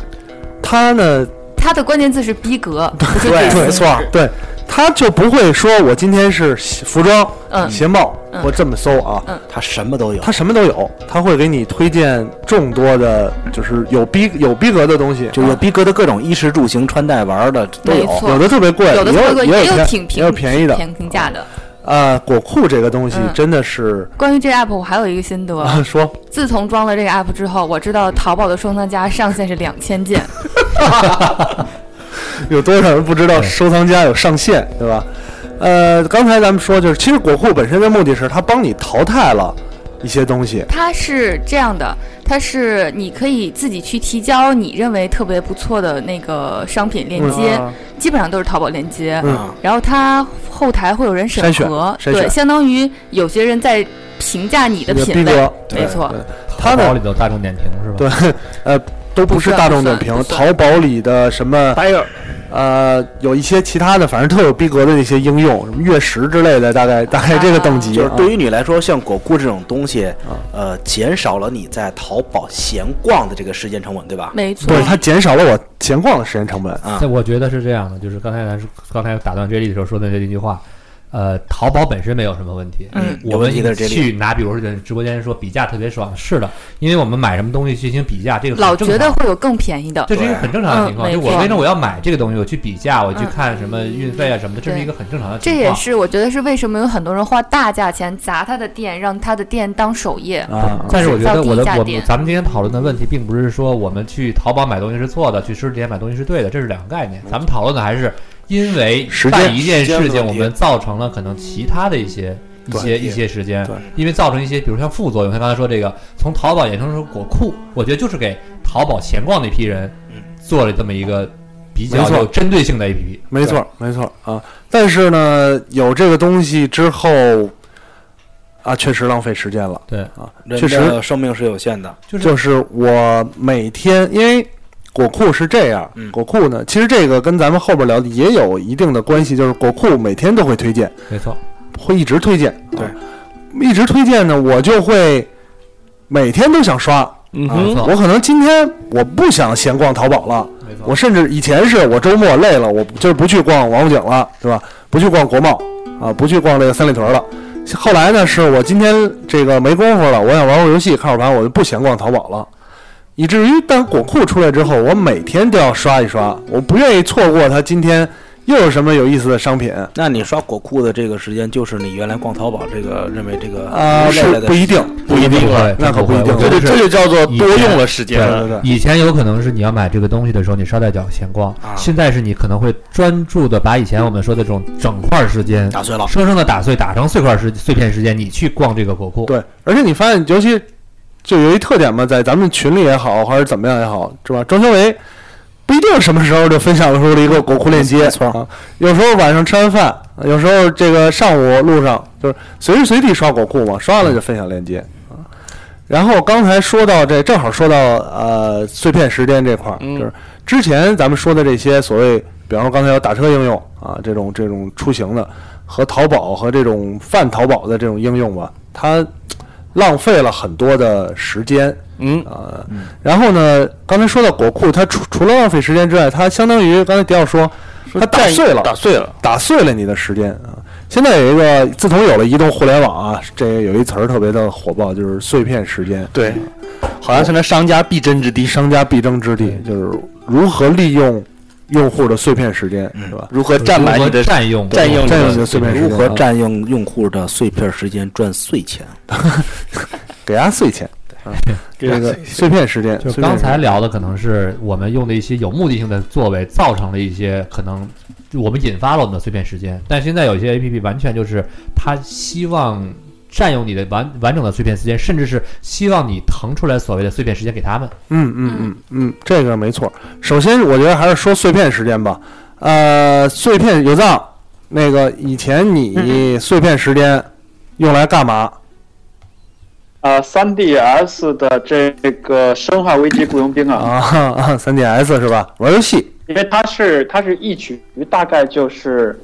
它呢，
它的关键字是逼格，不是
对
对
没错
对，它就不会说我今天是鞋服装、
嗯
鞋帽，
嗯
我这么搜啊，
嗯
它什么都有
它。什么都有，它会给你推荐众多的，就是有逼有逼格的东西，啊
就有逼格的各种衣食住行、穿戴玩儿的都
没
有，
错，
有的特别贵，
有的特别贵，
也有
有
便
挺
也
平
有便宜的。
挺平价的。
呃，果库这个东西
嗯
真的是
关于这 app，我还有一个心得，
啊，说
自从装了这个 app 之后，我知道淘宝的收藏夹上限是两千件。
有多少人不知道收藏家有上限，
嗯
对吧？呃，刚才咱们说就是，其实果库本身的目的是它帮你淘汰了一些东西，
它是这样的，它是你可以自己去提交你认为特别不错的那个商品链接，嗯基本上都是淘宝链接。
嗯
然后它后台会有人审
筛选
核，
筛
对，
选
相当于有些人在评价你的
你的逼
品味
格，
没错
对。它
淘宝
的
里头大众点评是吧？
对，呃，都不是大众点评，
不算不算
淘宝里的什么
buyer
呃，有一些其他的，反正特有逼格的一些应用，什么月食之类的，大概大概这个等级，
就是
啊
对于你来说，像果库这种东西，呃，减少了你在淘宝闲逛的这个时间成本，对吧？
没错
对，它减少了我闲逛的时间成本。
啊
这我觉得是这样的，就是刚才咱说刚才打断 J 莉的时候说的这一句话，呃，淘宝本身没有什么问题，
嗯
我
有问
们
题的是这里
去拿，比如说直播间说比价特别爽，是的，因为我们买什么东西进行比价，这个很
老
正
觉得
常
会有更便宜的。
这是一个很正常的情况，
嗯
就
没
我
错
为了我要买这个东西，我去比价，我去
嗯
看什么运费啊什么的，这是一个很正常的情
这
况。
也是我觉得是为什么有很多人花大价钱砸他的店，让他的店当首页。
啊，
但是我觉得我的
造地价
我
点
咱们今天讨论的问题，并不是说我们去淘宝买东西是错的，去实体店买东西是对的，这是两个概念。咱们讨论的还是因为
时间
办一件
时
事
间的
情，
问
我
题
们造成了可能其他的一些一
对
些
对
一些时间
对，
因为造成一些，比如像副作用，像刚才说这个，从淘宝衍生成果库，我觉得就是给淘宝闲逛那批人
嗯
做了这么一个比
没
较
错
有针对性的 APP。
没错，没错啊。但是呢，有这个东西之后，啊，确实浪费时间了。
人
确实
的生命是有限的，
就是我每天，因为果库是这样，
嗯
果库呢，其实这个跟咱们后边聊的也有一定的关系，就是果库每天都会推荐，
没错，
会一直推荐，
对
啊，一直推荐呢，我就会每天都想刷。
嗯
没
哼，
错，
我可能今天我不想闲逛淘宝了，
没错
我甚至以前是我周末累了，我就是不去逛王府井了，对吧？不去逛国贸啊，不去逛这个三里屯了。后来呢，是我今天这个没工夫了，我想玩会儿游戏，看会儿盘，我就不闲逛淘宝了。以至于当果库出来之后，我每天都要刷一刷，我不愿意错过它今天又有什么有意思的商品。
那你刷果库的这个时间，就是你原来逛淘宝这个认为这个
啊、
无
是
类了的
不一定，
不一定了，
会
那可
真
不一定
我
这
觉得
就是这就叫做
以前
多用了时间
对对
了。
对，
以前有可能是你要买这个东西的时候，你捎带脚闲逛；
啊
现在是你可能会专注的把以前我们说的这种整块时间，
打碎了。
生生的打碎，打成碎块时碎片时间，你去逛这个国库。
对，而且你发现，尤其就有一特点嘛，在咱们群里也好，还是怎么样也好，是吧？张修为不一定什么时候就分享出了一个国库链接，
没错
啊，有时候晚上吃完饭，有时候这个上午路上，就是随时随地刷国库嘛，刷了就分享链接啊。然后刚才说到这，正好说到呃碎片时间这块儿，
嗯
就是之前咱们说的这些所谓，比方说刚才有打车应用啊，这种这种出行的和淘宝和这种泛淘宝的这种应用吧，啊它浪费了很多的时间。
嗯，
呃，然后呢，刚才说到果库，它除除了浪费时间之外，它相当于刚才迪奥说，它打碎了，
打碎了。
打碎了你的时间啊。现在有一个，自从有了移动互联网啊，这个有一词儿特别的火爆，就是碎片时间，
对，好像是那商家必争之地，
商家必争之地，就是如何利用用户的碎片时间，
嗯
是吧？
如何占满你的
如何占用
占用你
占用你
的
的碎片时
如
间，
何
啊
占用用户的碎片时间赚碎钱？
给他碎钱？啊
给他
这个碎片时间，
就是
碎片
刚
时间
才聊的，可能是我们用的一些有目的性的作为，造成了一些可能我们引发了我们的碎片时间。但现在有些 A P P 完全就是它希望占用你的完完整的碎片时间，甚至是希望你腾出来所谓的碎片时间给他们。
嗯嗯嗯嗯，这个没错。首先，我觉得还是说碎片时间吧。呃，碎片有藏，那个以前
嗯
你碎片时间用来干嘛？
啊，三 DS 的这个《生化危机：雇佣兵》啊，
啊，三 DS 是吧？玩游戏，
因为它是它是一局大概就是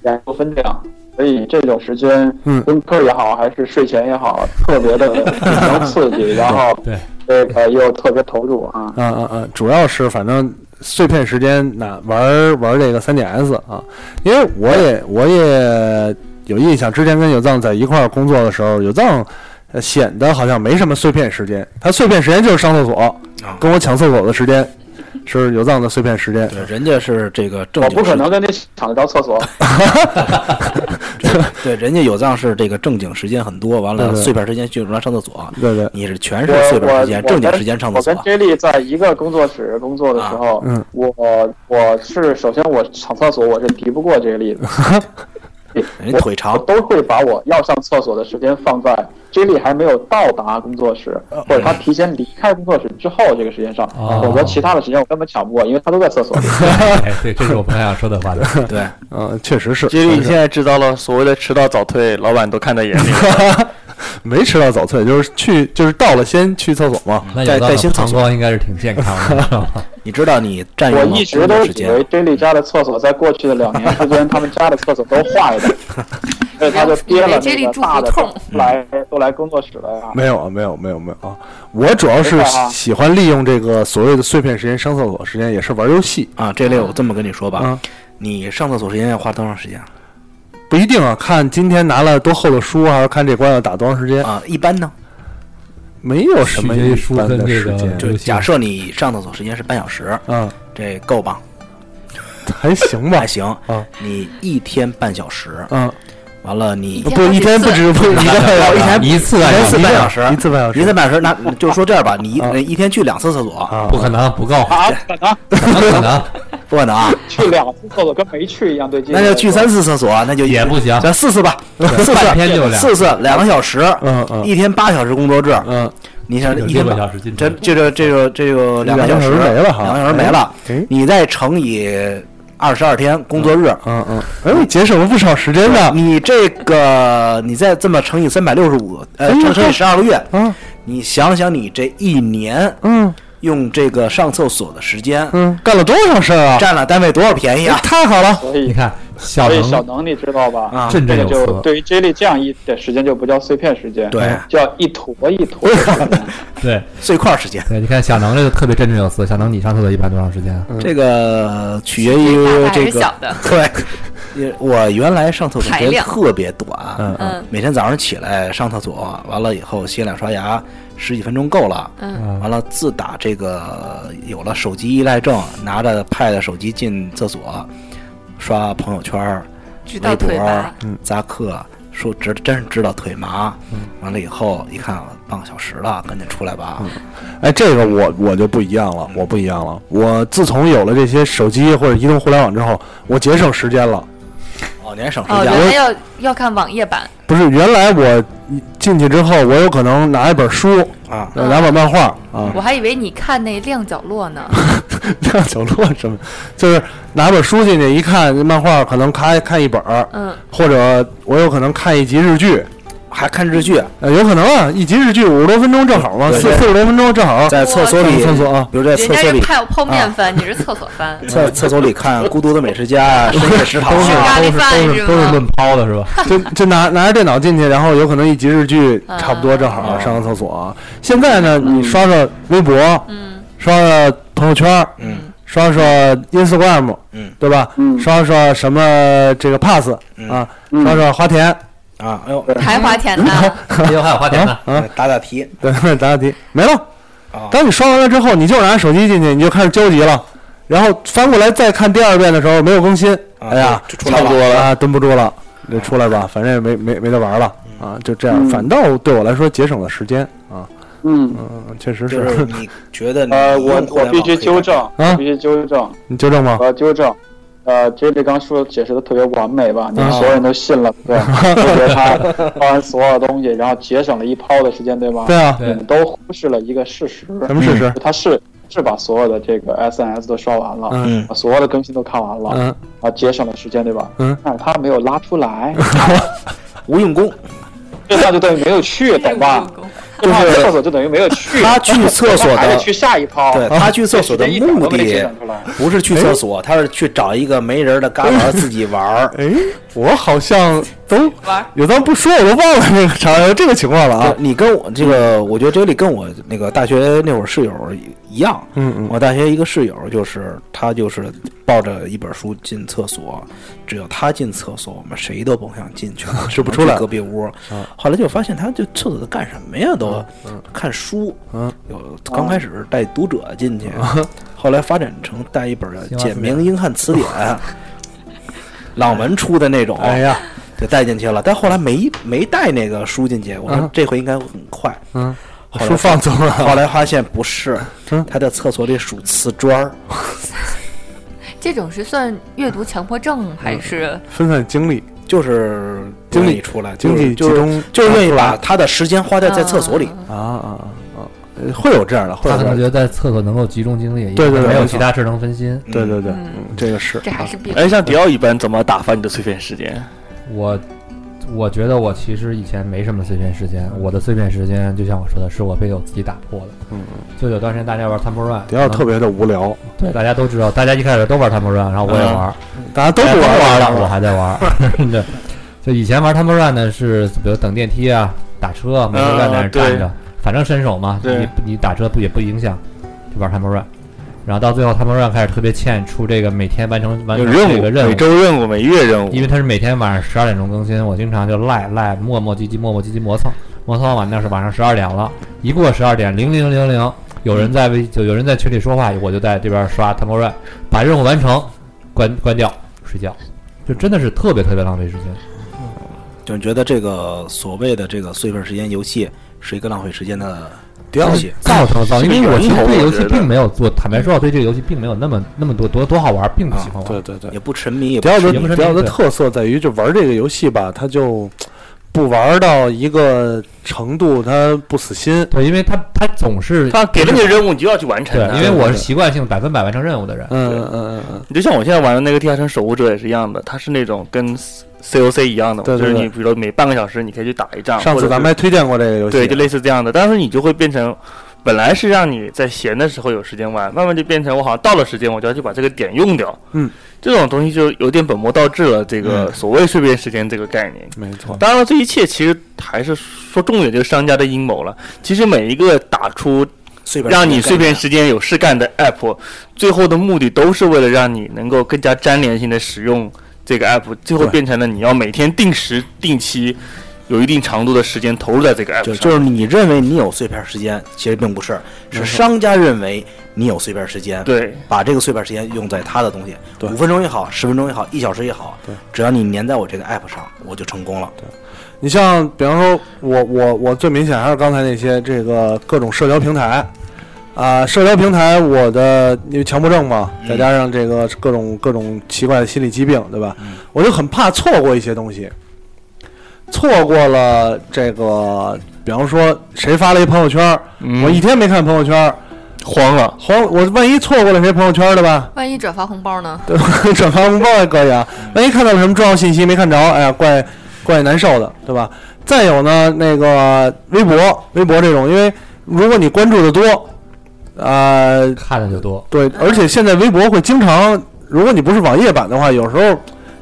两周分这样，所以这种时间
嗯
跟课也好，还是睡前也好，特别 的能刺激，然后
对
这个又特别投入啊。
嗯嗯嗯，主要是反正碎片时间那玩玩这个三 DS 啊，因为我也我也有印象，之前跟有藏在一块儿工作的时候，有藏呃显得好像没什么碎片时间，他碎片时间就是上厕所，跟我抢厕所的时间是有藏的碎片时间，
对，哦人家是这个正
我
经
不
时
可能跟你抢得着厕 所，
对，人家有藏是这个正经时间很多，完
对
了
对
碎片时间就用来上厕所。
对对，
你是全是
我
碎片
我
时间，正经时间上厕
我跟
所。啊
J 莉在一个工作室工作的时候，
嗯
我我是首先我抢厕所我是敌不过 J 莉的，
人家腿
我
长，
都会把我要上厕所的时间放在 J 莉还没有到达工作室，
呃
或者他提前离开工作室之后这个时间上，
哦
啊
否则其他的时间我根本抢不过，因为他都在 厕所里。
哎，对，这是我不太想说的 话题。
对，
嗯、确实是，
杰里，你现在知道了所谓的迟到早退，老板都看在眼里。
没迟到早退，就是去就是到了先去厕所嘛，
那
带
有
带
的
薪
膀
厕所
胱应该是挺健康 的，知道吗？
你知道你占用
我
了
一直
工
都
作时
以
间，
为 J 莉家的厕所在过去的两年之间，他们家的厕所都 坏的，所以他就憋了那个大的
以为 J 莉住胡
都来都来工作室了呀。
没有啊，没有没有没有啊，我主要是
没事啊
喜欢利用这个所谓的碎片时间上厕所时间，也是玩游戏。
啊，这类我这么跟你说吧，
嗯
你上厕所时间要花多长时间
不一定啊，看今天拿了多厚的书，还是看这关要打多长时间，
啊？一般呢，
没有什么一般的时
取决于书
间
跟这
就
个
是假设你上厕所时间是半小时，
啊，
这够吧？
还行吧
还，行。
啊
你一天半小时，
嗯，
完了你
不一天不止不一
一
天
天
一次啊，
一次半小
小
时，
一次半小
一
时
天半小时，那就说这样吧，你
啊
一一天去两次厕所，
啊，
不可能，不够，
啊，啊
怎么 可能？
不可能啊，
去两次厕所跟没去一样对劲。
那就去三次厕所，那就
也不行
咱四次吧，四
半天就
次，
两
四次两个小时，
嗯嗯
一天八小时工作制，
嗯，
你想
有
一
六
天
个
半
小时进
这这个这个这个两个小时
两个小时没了哈
两个小时没了
哎，
你再乘以二十二天工作日，
嗯嗯，哎，我节省了不少时间呢，
你这个你再这么乘以三百六十五，呃，
哎呦
乘乘以十二个月，
嗯
你想想你这一年
嗯
用这个上厕所的时间，
嗯，干了多少事儿啊？哎
占了单位多少便宜啊？
太好了，
所
你
以
看，小
所以小
能
能你知道吧？
啊
振
这
振
个
有
就
词，
对于 J 莉这样一的时间就不叫碎片时间，
对，
叫一坨一坨的时间。
对
碎块儿时间，
对，你看小能这个特别振振有词。小能，你上厕所一般多长时间
嗯
啊？
这个取决于
大还
这
是小
个
的，
对。也我原来上厕所
排
时间
量
特别短，
嗯
嗯
每天早上起来上厕所，完了以后洗脸刷牙，十几分钟够了。
嗯，
嗯
完了，自打这个有了手机依赖症，拿着 Pad 手机进厕所，刷朋友圈儿、
直到
微博啊
腿麻
儿，、
嗯
扎克，说直真是知道腿麻。完了以后一看半个小时了，赶紧出来吧。
哎，这个我我就不一样了，我不一样了。我自从有了这些手机或者移动互联网之后，我节省时间了。
哦，你还省时
哦，
间
原
了
来要要看网页版，
不是，原来我进去之后，我有可能拿一本书，
啊？嗯
呃拿本漫画啊
我，还以为你看那亮角落呢。
亮角落什么，就是拿本书进去一看，漫画可能看看一本儿，
嗯，
或者我有可能看一集日剧，
还看日剧，
呃，有可能啊，一集日剧五十多分钟正好嘛，
对
四
对
四十多分钟正好，
在厕所里，
上厕所啊
比如在
人
厕
家
所
是
里，
泡泡面番，你是厕所番。
在厕所里看《孤独的美食家》啊《深夜食堂
都》
是
是
咖
都
喱
是
饭
都
是
是
吗
都是论抛的是吧？
就就拿拿着电脑进去，然后有可能一集日剧
啊
差不多正
嗯
好上个厕啊所。现在呢，你刷刷微博，
嗯，
刷刷朋友圈，
嗯，
刷刷 Instagram，
嗯
对吧？
嗯
刷刷什么这个 Pass
嗯
啊，
嗯
刷刷花田，
啊，哎呦，
还花钱 呢，
嗯
今天还有花田呢，
啊
打打题
对，答答题没了。
啊，
当你刷完了之后，你就拿手机进去，你就开始焦急了。然后翻过来再看第二遍的时候没有更新，
啊
哎呀，
就就出来了
差不多了啊，蹲不住了，就出来吧，反正也没没没得玩了啊，就这样，
嗯
反倒对我来说节省了时间啊，
嗯，
嗯，确实，
就是是你觉得你
呃，
用
我
互
我
联网
必须
可以
纠正，
啊
我必须纠正，
你纠正吗？
我要纠正。呃，这里刚说解释的特别完美吧？你们所有人都信了，对，都觉得他发完所有东西，然后节省了一抛的时间，对吗？
对啊，
你们都忽视了一个事实，
咱们试试，
他是是把所有的这个 SNS 都刷完了，
嗯
把所有的更新都看完了，
嗯，
啊，节省了时间，对吧？
嗯，
但是他没有拉出来，
无用功，
这他就等于没有去，懂吧？这趟厕所就等于没有去，
他去厕所
他 还得
的，
去下一泡，
对他去厕所的
啊这一点
目
都没节
的
省出来。
不是去厕所，他是去找一个没人的旮旯自己玩儿。
哎，我好像 都
玩
有咱不说我都忘了这个啥有这个情况了
啊
啊，，
你跟我这个，我觉得这里跟我那个大学那会儿室友一样。
嗯嗯，
我大学一个室友，就是他就是抱着一本书进厕所，只有他进厕所，我们谁都甭想进去， 是
不出来啊
隔壁屋。后来就发现他就厕所都干什么呀？都看书
嗯，啊
有刚开始是带读者进去， 后来发展成带一本《简明英汉词典》，朗文出的那种，
哎呀，
就带进去了。但后来没没带那个书进去，我说
嗯
这回应该很快。
嗯，
后来
书放走了，
后来发现不是
啊嗯，
他在厕所里数瓷砖儿，
这种是算阅读强迫症还是？
分散精力，
就是不
精力
愿意出来，
精力集
就是就是
中
就是愿意把他的时间花在在厕所里。
啊啊啊啊，呃会有这样的，会有
他可
这
能
样
觉
的，
得在厕所能够集中精力，因为
对对对
没有
没
其
错
他事能分心。
对对对，
嗯
嗯，这个是
这还是病。
哎，像迪奥一般怎么打发你的碎片时间？
我我觉得我其实以前没什么碎片时间，我的碎片时间就像我说的，是我被我自己打破的。
嗯，
就有段时间大家玩 Temple Run，
迪奥特别的无聊，
对，大家都知道，大家一开始都玩 Temple Run，然后我也玩，
大家都
大家
不
都
玩
哎玩
了，
我还在玩。 对，就以前玩 Temple Run 呢，是比如等电梯啊、打车，没事干在那儿站着，反正伸手嘛，
哦对
你你打车不也不影响，就玩 Temple Run。然后到最后，Temple Run 开始特别欠出这个每天完成完
有
成
任
这
务，
个任务
每，周任务，每月
哦
任务
因。为它是每天晚上十二点钟更新，我经常就赖赖磨磨唧唧磨磨唧唧磨蹭磨蹭完那是晚上十二点了，一过十二点零零零零，有人在微就有人在群里说话，我就在这边刷 Temple Run，把任务完成，关关掉睡觉，就真的是特别特别浪费时间。
就觉得这个所谓的这个碎片时间游戏是一个浪费时间的东西。
造成了造成，因为我其实对游
是个源头我觉
戏
得
并没有做，坦白说，我对这个游戏并没有那么那么多多多好玩，并不喜欢玩。
啊对对对，
也不沉迷，也不
迪奥
也不
的
是
迪奥的
对
特色在于，就玩这个游戏吧，他就不玩到一个程度，他不死心。
对，因为他他总是
他给了你任务，你就要去完成
对，
它。
因为我是习惯性百分百完成任务的人。
嗯嗯嗯嗯
你就像我现在玩的那个《地下城守护者》也是一样的，它是那种跟 COC 一样的嘛，
对对
就是
对
你比如说每半个小时你可以去打一仗，
嗯，上
啊
次
或者是
咱们还推荐过这个游戏，啊
对，就类似这样的。但是你就会变成，本来是让你在闲的时候有时间玩，慢慢就变成我好像到了时间，我就要去把这个点用掉。
嗯，
这种东西就有点本末倒置了，这个所谓碎片时间这个概念。
没错，
当然了，这一切其实还是说重点就是商家的阴谋了。其实每一个打出
碎片时间
让你碎片
概念
时间有事干的 app，最后的目的都是为了让你能够更加粘连性的使用这个 app，最后
对
变成了你要每天定时定期有一定长度的时间投入在这个 app
就
上。
就是你认为你有碎片时间，其实并不是，是商家认为你有碎片时间，
对，
把这个碎片时间用在他的东西，
对
五分钟也好，十分钟也好，一小时也好，只要你粘在我这个 app 上，我就成功了。
你像，比方说我我我最明显还是刚才那些这个各种社交平台，啊、社交平台我的因为强迫症嘛，再加上这个各种各种奇怪的心理疾病，对吧？我就很怕错过一些东西，错过了这个，比方说谁发了一朋友圈，我一天没看朋友圈，
慌了。
黄我万一错过了谁朋友圈，对吧？
万一转发红包呢？
对吧？ 转发红包也可以啊。万一看到了什么重要信息没看着，哎呀，怪怪难受的，对吧？再有呢，那个微博，微博这种，因为如果你关注的多，呃，
看的就多，
对，而且现在微博会经常，如果你不是网页版的话，有时候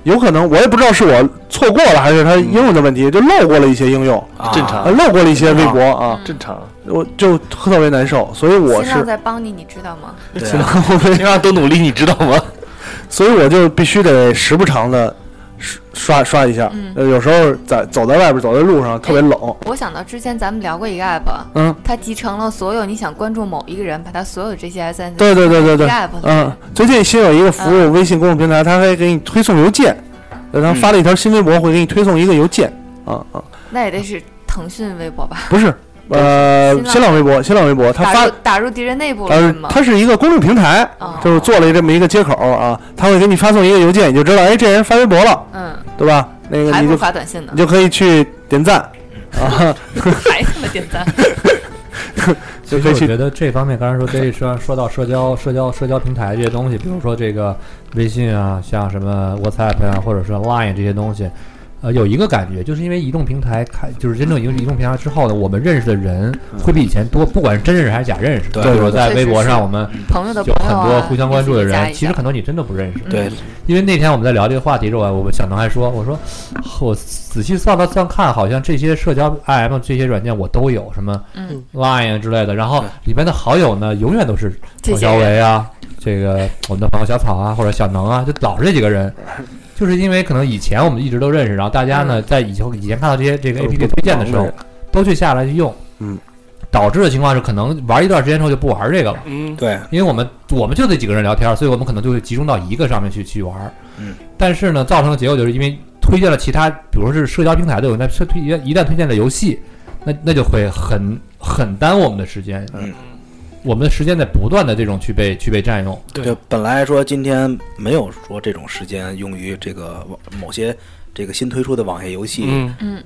有可能我也不知道是我错过了还是它应用的问题，就漏过了一些应用，
啊
正常
呃漏过了一些微博啊，
正常，
我就特别难受，所以我
新浪
是，
在帮你，你知道吗？
对啊
新浪我没
平常多努力，你知道吗？
所以我就必须得时不常的刷刷一下
嗯，
呃有时候在走在外边走在路上特别冷，
我想到之前咱们聊过一个 app，
嗯，
它集成了所有你想关注某一个人，把他所有这些 S N
对对对对对，
app，
嗯，最近新有一个服
嗯
务，微信公众平台，它还给你推送邮件，呃然后发了一条新微博，会给你推送一个邮件，啊啊，
那也得是腾讯微博吧？
不是，呃，新
新
浪微博，新浪微博，它
打
发
入，打入敌人内部了
呃
是，吗？
它是一个公众平台，
哦
就是做了这么一个接口啊，它会给你发送一个邮件，你就知道，哎，这人发微博了，
嗯，
对吧？那个
还
你
不如
就
发短信呢
你，就可以去点赞，啊，
还他妈点 赞。
就
其实
可以
我
去
觉得这方面，刚才说这一说说到社交、社交、社交平台这些东西，比如说这个微信啊，像什么 WhatsApp 啊，或者是 Line 这些东西，呃，有一个感觉，就是因为移动平台开，就是真正移动移动平台之后呢，我们认识的人会比以前多，不管是真认识还是假认识。
对
比如
对
在
嗯对
微博
是
上，我们
朋友的
有
朋
很
友
多
啊，
互相关注的
你自己加
人，
一
其实
下
很多你真的不认识。
对，
因为那天我们在聊这个话题之后啊，我们小能还说，我说我仔细算了算看，好像这些社交 IM 这些软件我都有，什么
嗯
Line 啊之类的。然后里边的好友呢，永远都是
这
王
些
小维啊，这个我们的朋友小草啊，或者小能啊，就老是这几个人。就是因为可能以前我们一直都认识，然后大家
嗯
呢，在以后以前看到这些这个
都
A
是
P
不
P 推荐的时
同
候
的，
都去下来去用，
嗯，
导致的情况是，可能玩一段时间之后就不玩这个了。
嗯，
对，
因为我们我们就这几个人聊天，所以我们可能就会集中到一个上面去去玩儿。
嗯，
但是呢，造成的结果就是因为推荐了其他，比如说是社交平台的，那推推一旦推荐了游戏，那那就会很很耽误我们的时间。
嗯，
我们的时间在不断的这种去被去被占用。
对
就本来说今天没有说这种时间用于这个网某些这个新推出的网页游戏，
嗯，
嗯，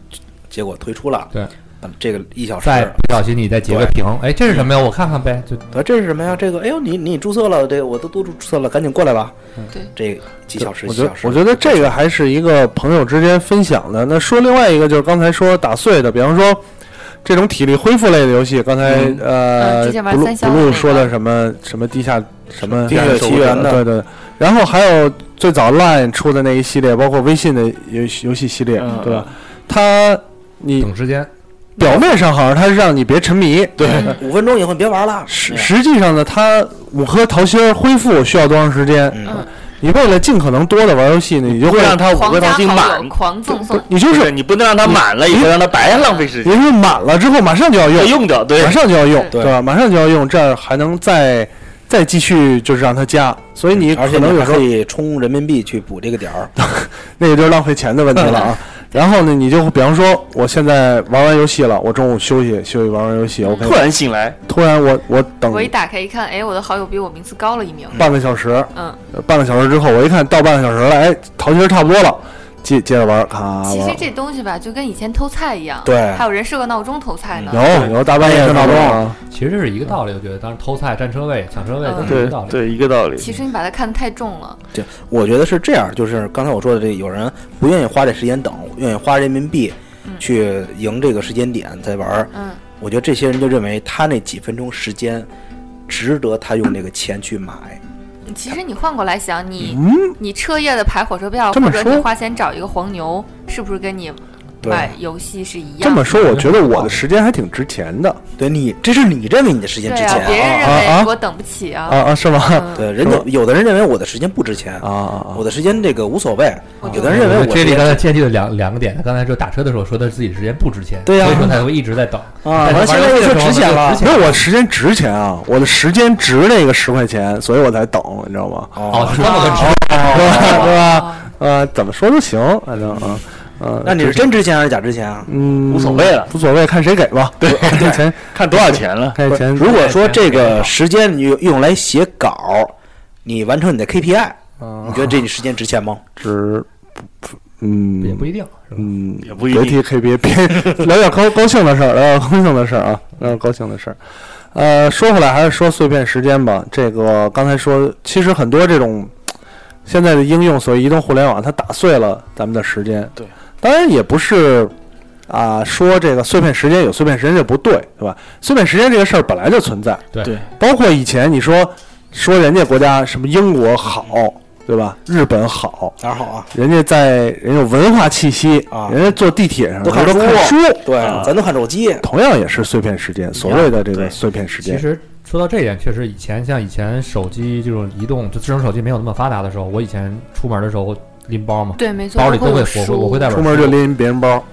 结果推出了，
对，
这个一小时，
再不小心你再截个屏，哎，这是什么
嗯
呀？我看看呗。就
对，这是什么呀？这个，哎呦，你你注册了，这个我都都注册了，赶紧过来吧。
对
这几小时，
嗯我
几
觉得
小时，
我觉得这个还是一个朋友之间分享的。那说另外一个就是刚才说打碎的，比方说这种体力恢复类的游戏，刚才、
嗯
呃
之前玩
不录
三消
不
的那
录
个
说的什么什么地下什么
地下
手
奇缘的
对对。对然后还有最早 LINE 出的那一系列，包括微信的游戏游戏系列，
嗯
对吧？它你
等时间，
表面上好像它是让你别沉迷，对。
五分钟以后你别玩了。哎
实实际上呢，它五颗桃心儿恢复需要多长时间？
嗯
你为了尽可能多的玩游戏呢，你就会
让他五
狂
个
加
糖心
好友，
满，
狂赠送，
你就是
你不能让它满了以后让它白浪费时
也
间，
就是满了之后马上就要
要
用，
用掉，对
马，上就要用，
对
对吧？马上就要用，这样还能再再继续就是让它加，所以你
嗯而且
可能
你
有
还
时候
可以充人民币去补这个 点儿。
那个就是浪费钱的问题了 啊。然后呢，你就比方说，我现在玩完游戏了，我中午休息休息玩玩游戏，OK，
突然醒来，
突然我我等
我一打开一看，哎，我的好友比我名次高了一名。
半个小时，
嗯，
呃半个小时之后，我一看到半个小时了，哎，桃心儿差不多了，接接着玩，咔
啊
其
玩
实。这东西吧，就跟以前偷菜一样，
对
还有人设个闹钟偷菜呢。
有有大半夜的闹钟啊，
其实这是一个道理。我觉得，当时偷菜占车位、抢车位都是一
对
个嗯道理。
对，一个道理，
其实你把它看得太重了，
我觉得是这样，就是刚才我说的，这有人不愿意花这时间等，愿意花人民币
嗯
去赢这个时间点再玩儿。
嗯，
我觉得这些人就认为他那几分钟时间值得他用这个钱去买。
嗯其实你换过来想，你
嗯，
你彻夜的排火车票，
这么
或者
说
你花钱找一个黄牛，是不是跟你
对
买游戏是一样？
这么说，我觉得我的时间还挺值钱的
对你，这是你认为你的时间
对
值
啊，别
钱
人认
啊啊
为我等不起啊。
啊啊，是吗？
嗯，
对，人家有的人认为我的时间不值钱
啊，啊啊
我！的时间这个无所谓
我，
有
就
的人认为我
这
时
里
间
刚才建立了两两个点，他刚才说打车的时候说的自己时间不值钱，
对呀
所以说才会一直在等。
啊，
但
完
是
现在
玩游戏
又说
的时候
值钱
呢
了
就值。钱
那我时间值钱啊，我的时间值那个十块钱，所以我才等，你知道吗？
哦，是这么个值。
对吧？对吧？
啊
呃，怎么说都行，反正啊，呃，
嗯那你是真值钱还是假值钱啊？
嗯，
无所谓了
无所谓，看谁给吧。对， 看钱，
看多少钱了，
看钱。
如果说这个时间你用用来写稿，你完成你的 KPI，你
嗯
觉得这你时间值钱吗？
值不，嗯，
也不一定，是吧？
嗯，
也不一
别
定
提 K 别别聊点高高兴的事儿，聊点高兴的事儿啊，聊点高兴的事儿。呃，说回来还是说碎片时间吧。这个刚才说，其实很多这种现在的应用，所谓移动互联网，它打碎了咱们的时间。
对，
当然也不是啊、说这个碎片时间有碎片时间就不对，对吧？碎片时间这个事儿本来就存在，
对
对，
包括以前你说说人家国家什么英国好，对吧？日本好，
哪儿好啊？
人家在人有文化气息
啊
人家坐地铁上
都看
人都看
书
书，
对，咱都看手机。
同样也是碎片时间，所谓的这个碎片时
其
间，
实说到这一点，确实以前像以前手机这种移动，就智能手机没有那么发达的时候，我以前出门的时候拎包嘛，
对，没错，
包里
我
都
有
会我会
书
我会带本
出
书，
门就拎别人包，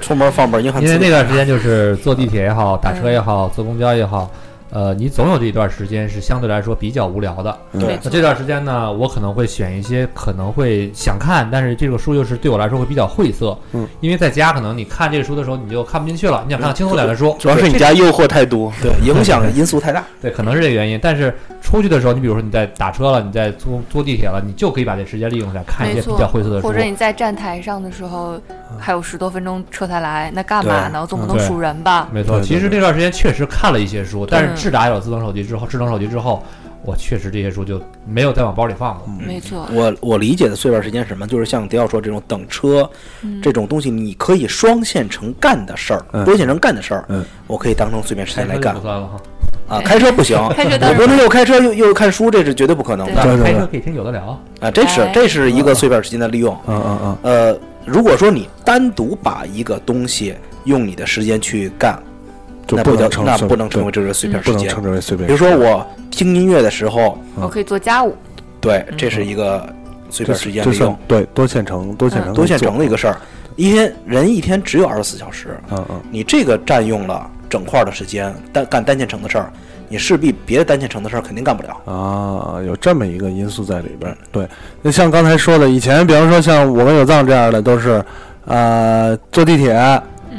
出门放本银行
因
资
为那
料，
段时间就是坐地铁也好，打
嗯
车也好，坐公交也好，呃，你总有这一段时间是相对来说比较无聊的。
对
那这段时间呢，我可能会选一些可能会想看，但是这个书又是对我来说会比较晦涩，
嗯，
因为在家可能你看这个书的时候你就看不进去了，你想看轻松点的书，
主要是你家诱惑太多，
对，影响因素太大。
对，可能是这个原因。但是出去的时候，你比如说你在打车了，你在坐坐地铁了，你就可以把这时间利用起来看一些
没
比
错
较晦涩的书
或。者你在站台上的时候，还有十多分钟车才来，那干嘛呢？我总不
嗯
能
对
数人吧？
没错，
对对
其实这段时间确实看了一些书，但
嗯
是智达有了智能手机之后，智能手机之后，我确实这些书就没有再往包里放
嗯
过。
没错，
我我理解的碎片时间是什么？就是像迪奥说这种等车
嗯
这种东西，你可以双线程干的事儿
嗯，
多线程干的事儿
嗯，
我可以当成碎片时
开
间
车
来
就
干
不算了哈，
啊。开车不行，
开车当然
我不能又开车又又看书，这是绝对不可能的
对对
开
对
车可以听有的聊。
啊。这是
哎
这是一个碎片时间的利用。
嗯嗯嗯，
呃，如果说你单独把一个东西用你的时间去干，
就
那不
能
叫
称
那
碎
不能称为
对
这是
嗯
碎片
不
时
能
间。
称之为碎
比
片
如
时间。
说我听音乐的时候，
我可以做家务，
对，
嗯
这是一个碎片时间
就
利用嗯
算，对多线程多线程
多线
做
程的一个事儿。一天人一天只有二十四小时，
嗯嗯
你这个占用了整块儿的时间，单干单线程的事儿，你势必别的单线程的事儿肯定干不了。
啊，有这么一个因素在里边儿。对，那像刚才说的，以前比方说像我跟有藏这样的，都是呃坐地铁、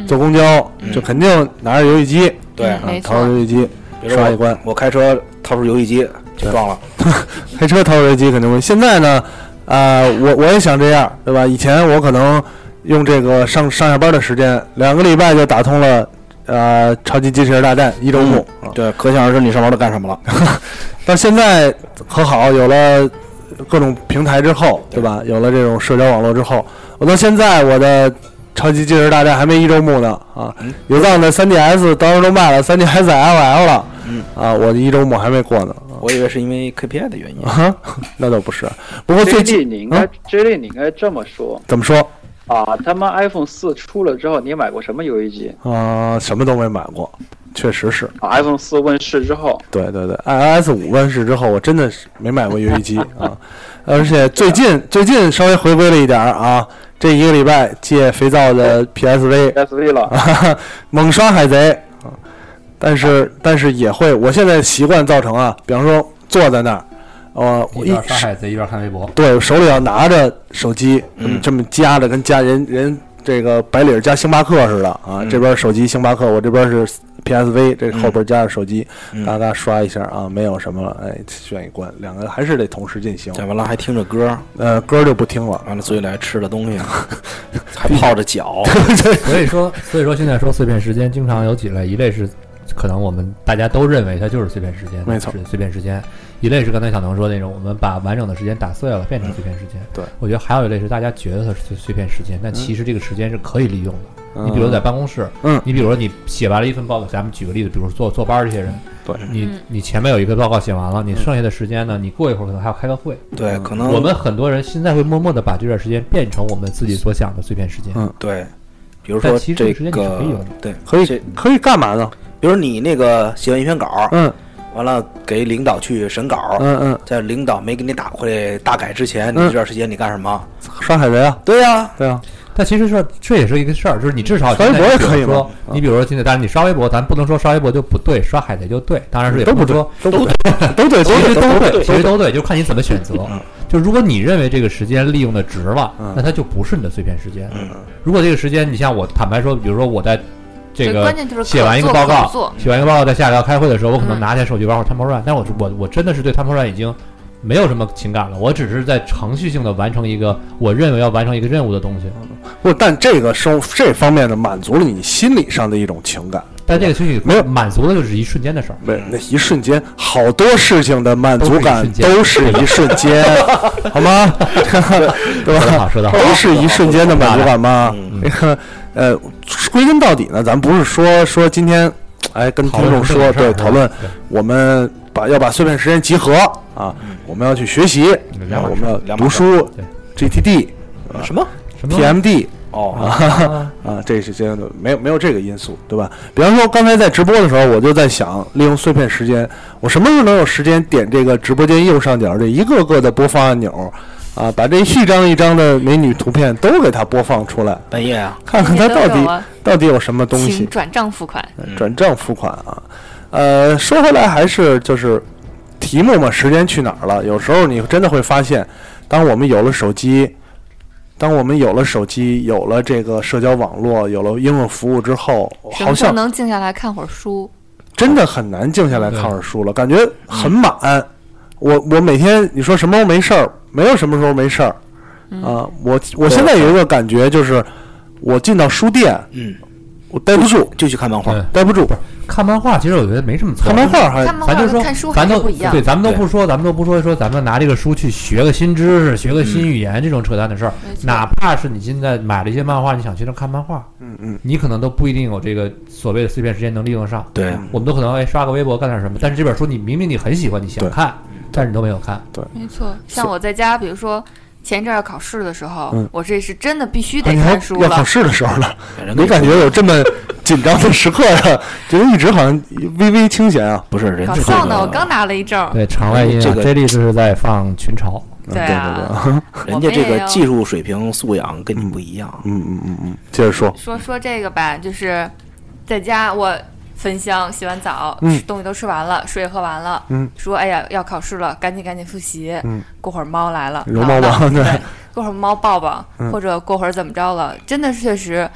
坐公交，就肯定拿着游戏机，
嗯对
嗯
啊
没
掏
错
出游戏机
比如说
刷一关，
我开车掏出游戏机就撞了，
开车掏出游戏机肯定会。现在呢，啊，我我也想这样，对吧？以前我可能用这个上上下班的时间，两个礼拜就打通了。呃，超级机器人大战一周目、
嗯
啊
对，可想而知你上班都干什么了。
但现在可好，有了各种平台之后，对吧？有了这种社交网络之后，我到现在我的超级机器人大战还没一周目呢啊！
嗯
有藏的 3DS 当时都卖了，3DS LL 了，
嗯
啊，我的一周目还没过呢，
我以为是因为 KPI 的原因。
啊， 那倒不是。不过
J
最
D
近
你应该
嗯
J D 你应该这么说
怎么说
啊，他妈 iPhone 四出了之后，你买过什么游戏机？
啊、什么都没买过，确实是
啊，iPhone 四问世之后，
对对对，iOS 五问世之后，我真的是没买过游戏 机啊，而且最近最近稍微回归了一点儿啊，这一个礼拜借肥皂的 PSV
SV 了，
猛刷海贼啊，但
啊
是但是也会，我现在习惯造成啊，比方说坐在那儿，呃，我
一
一
边刷海贼一边看微博，
对手里要拿着手机，这么夹着，跟夹人人这个白领儿夹星巴克似的啊，这边手机星巴克，我这边是 PSV，这后边加着手机，嘎嘎刷一下啊，没有什么了，哎，选一关，两个还是得同时进行，
讲完了还听着歌，
呃，歌儿就不听了，
完了嘴里还吃着东西，还泡着脚。
所以说所以说现在说碎片时间经常有几类，一类是可能我们大家都认为它就是碎片时间，
没错
是碎片时间；一类是刚才小能说那种，我们把完整的时间打碎了变成碎片时间。
嗯对，
我觉得还有一类是大家觉得它是碎片时间，但其实这个时间是可以利用的。你比如在办公室，
嗯
你比如说你写完了一份报告，咱们举个例子，比如坐坐班儿这些人，
对嗯
你
嗯
你前面有一个报告写完了，你剩下的时间呢，你过一会儿可能还要开个会。
对，可能
我们很多人现在会默默的把这段时间变成我们自己所想的碎片时间，
嗯
对，比如
但
说
其实
这
这个时间你是可以有
个
的
对，
可
这
以可以干嘛呢？
比如你那个写完一篇稿，
嗯
完了给领导去审稿，
嗯嗯，
在领导没给你打回来大改之前，你
嗯
这段时间你干什么？
刷海贼啊，
对呀、
对啊，
但其实说这也是一个事儿，就是你至少
刷微
现
博也
在你比如
可以
说
嘛啊
你比如说现在，当然你刷微博，咱不能说刷微博就不对，刷海贼就对，当然是也
都不
能
对
说，
都不对，都对，嗯
其实
都
对，其实都对，就看你怎么选择。就如果你认为这个时间利用的值了，
嗯
那它就不是你的碎片时间。如果这个时间，你像我坦白说，比如说我在这
对
个
关键就是可
写完一个
做
报
可
告
做，
写完一个报告，在下一个要开会的时候，我可能
嗯
拿起来手机玩会儿 Temple Run，但我我我真的是对 Temple Run 已经没有什么情感了，我只是在程序性的完成一个我认为要完成一个任务的东西。
不，但这个收这方面的满足了你心理上的一种情感。
但这个情绪
没有
满足的就是一瞬间的事儿。
不是那一瞬间，好多事情的满足感都
都
是一瞬 间，好吗？对
说得
吧？
好，说得好。
都是一瞬间的满足感吗？
嗯
那个 呃，归根到底呢，咱不是说说今天，哎，跟听众
讨论
说
这个事儿
对讨论
对
我们把要把碎片时间集合啊，我们要去学习，
嗯两
啊
码
我
事
们要
两
读
码事
书
对
，GTD
什么？
什么
TMD
哦，
嗯啊，这是这样的，没有没有这个因素，对吧？比方说刚才在直播的时候，我就在想，利用碎片时间，我什么时候能有时间点这个直播间右上角这一个个的播放按钮，啊，把这一张一张的美女图片都给它播放出来，
半夜啊，
看看它
这些
到
都有
底
啊
到底有什么东西
请。转账付款。
转账付款啊。呃，说回来还是就是题目嘛，时间去哪儿了？有时候你真的会发现，当我们有了手机，当我们有了手机，有了这个社交网络，有了应用服务之后，
什
好
么时候
像
能静下来看会儿书？
真的很难静下来看会儿书了，感觉很满。我我每天你说什么时候没事儿，没有什么时候没事儿啊、我我现在有一个感觉就是，我进到书店，
嗯，
我待不住，
就去看漫画。
对
待不住。
看漫画，其实我觉得没什么错。
看漫画还
看漫画
咱就
跟
说
看书，还
咱
是
都
不一样。
对，咱们都不说，咱们都不说说咱们拿这个书去学个新知识、学个新语言这种扯淡的事儿
嗯没。错
哪怕是你现在买了一些漫画，你想去那看漫画，
嗯嗯，
你可能都不一定有这个所谓的碎片时间能利用上。
对，
我们都可能哎刷个微博干点什么，但是这本书你明明你很喜欢，你想
对
看，但是你都没有看。
没错，像我在家，比如说前一阵儿考试的时候，
嗯
我这是真的必须
啊
得
你还
看书
要考
了。
试的时候了。
人
没
跟
感
你
觉有这么紧张的时刻呀、觉得一直好像微微清闲啊。
不是人
搞
是
笑呢，我刚拿了一证儿。
对，场外音啊，
这个
这例子是在放群嘲。
嗯
对啊，
人家
我们
这
也
个
要
技术水平素养跟你不一样。
嗯嗯嗯嗯，接着说，
说说这个吧，就是在家我焚香、洗完澡，
嗯
吃东西都吃完了，水也喝完了，
嗯，
说哎呀要考试了，赶紧赶紧复习。
嗯，
过会儿猫来了，
揉猫
挠挠
王 对
对，过会儿猫抱抱，
嗯
或者过会儿怎么着了，真的是确实。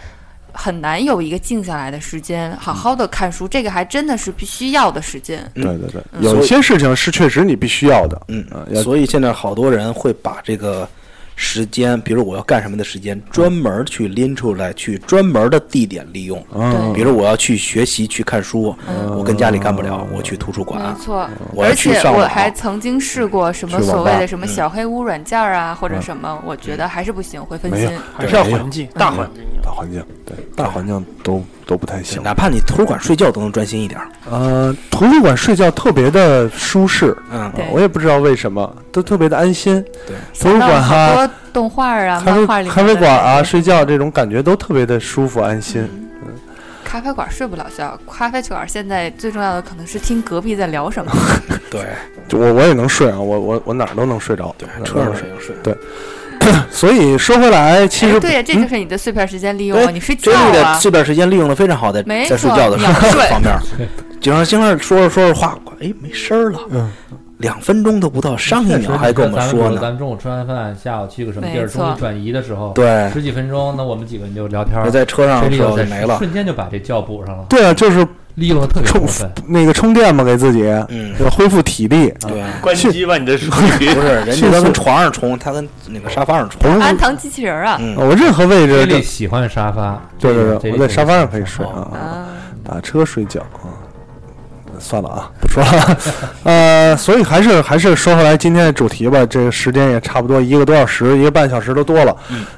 很难有一个静下来的时间，
嗯
好好的看书，这个还真的是必须要的时间。
对对对，
嗯
有一些事情是确实你必须要的。
嗯
啊，要
所以现在好多人会把这个时间，比如我要干什么的时
嗯
间，专门去拎出来，去专门的地点利用。
嗯
比如我要去学习、去看书，我跟家里干不了，我去图书
没
馆。
啊嗯
错，
我要
而
去
且
上
我
网
还曾经试过什么
去网
所谓
吧嗯
的什么小黑屋软件儿啊，或者什么，我觉得还是不行，会分
没有
心。
还是要环境，大环境。
大环境，对大环境都都不太行。
哪怕你图书馆睡觉都能专心一点儿。
呃，图书馆睡觉特别的舒适，
嗯，
对
我也不知道为什么，都特别的安心。
对，
图书馆
好
啊，
多动画儿啊、
咖啡
漫画里面
咖啡
的嗯
馆啊，
那些
睡觉这种感觉都特别的舒服安心。
咖啡馆睡不了觉，咖啡馆现在最重要的可能是听隔壁在聊什么。
对，
就我我也能睡啊，我我我哪儿都能睡着，对
车上睡就睡。
所以说回来，其实
哎对呀，这
嗯
就是你的碎片时间利用啊，
对
你睡觉
真是的，
啊。
这段时间利用的非常好，在
没
在睡
错
觉的时候
秒睡
方面儿，经常经常说着说着话，哎，没声儿了，
嗯
两分钟都不到，上一秒还跟我们说
咱
呢，
们中午吃完饭，下午去个什么地儿，
没错
中午转移的时候，
对
十几分钟，那我们几个人就聊天儿
我，在车上
这
的
里
时
有
候就
在
没了，
瞬间就把这觉补上了，
对啊，就是
利用的特别
充
充分。
那个充电嘛，给自己，
嗯，
要恢复体力。
对，
关机吧你的手机。
不是，人
是
家他
是
跟床上冲，他跟那个沙发上冲，
我
安
是
糖机器人儿啊，
嗯，
我任何位置
这
都
里，喜欢沙发，
对
这
对
里
对，我在沙发上可以睡啊，
啊，
打车睡觉啊。算了啊，不说了。 呃，所以还是还是说回来今天的主题吧，这个时间也差不多一个多小时，一个半小时都多了。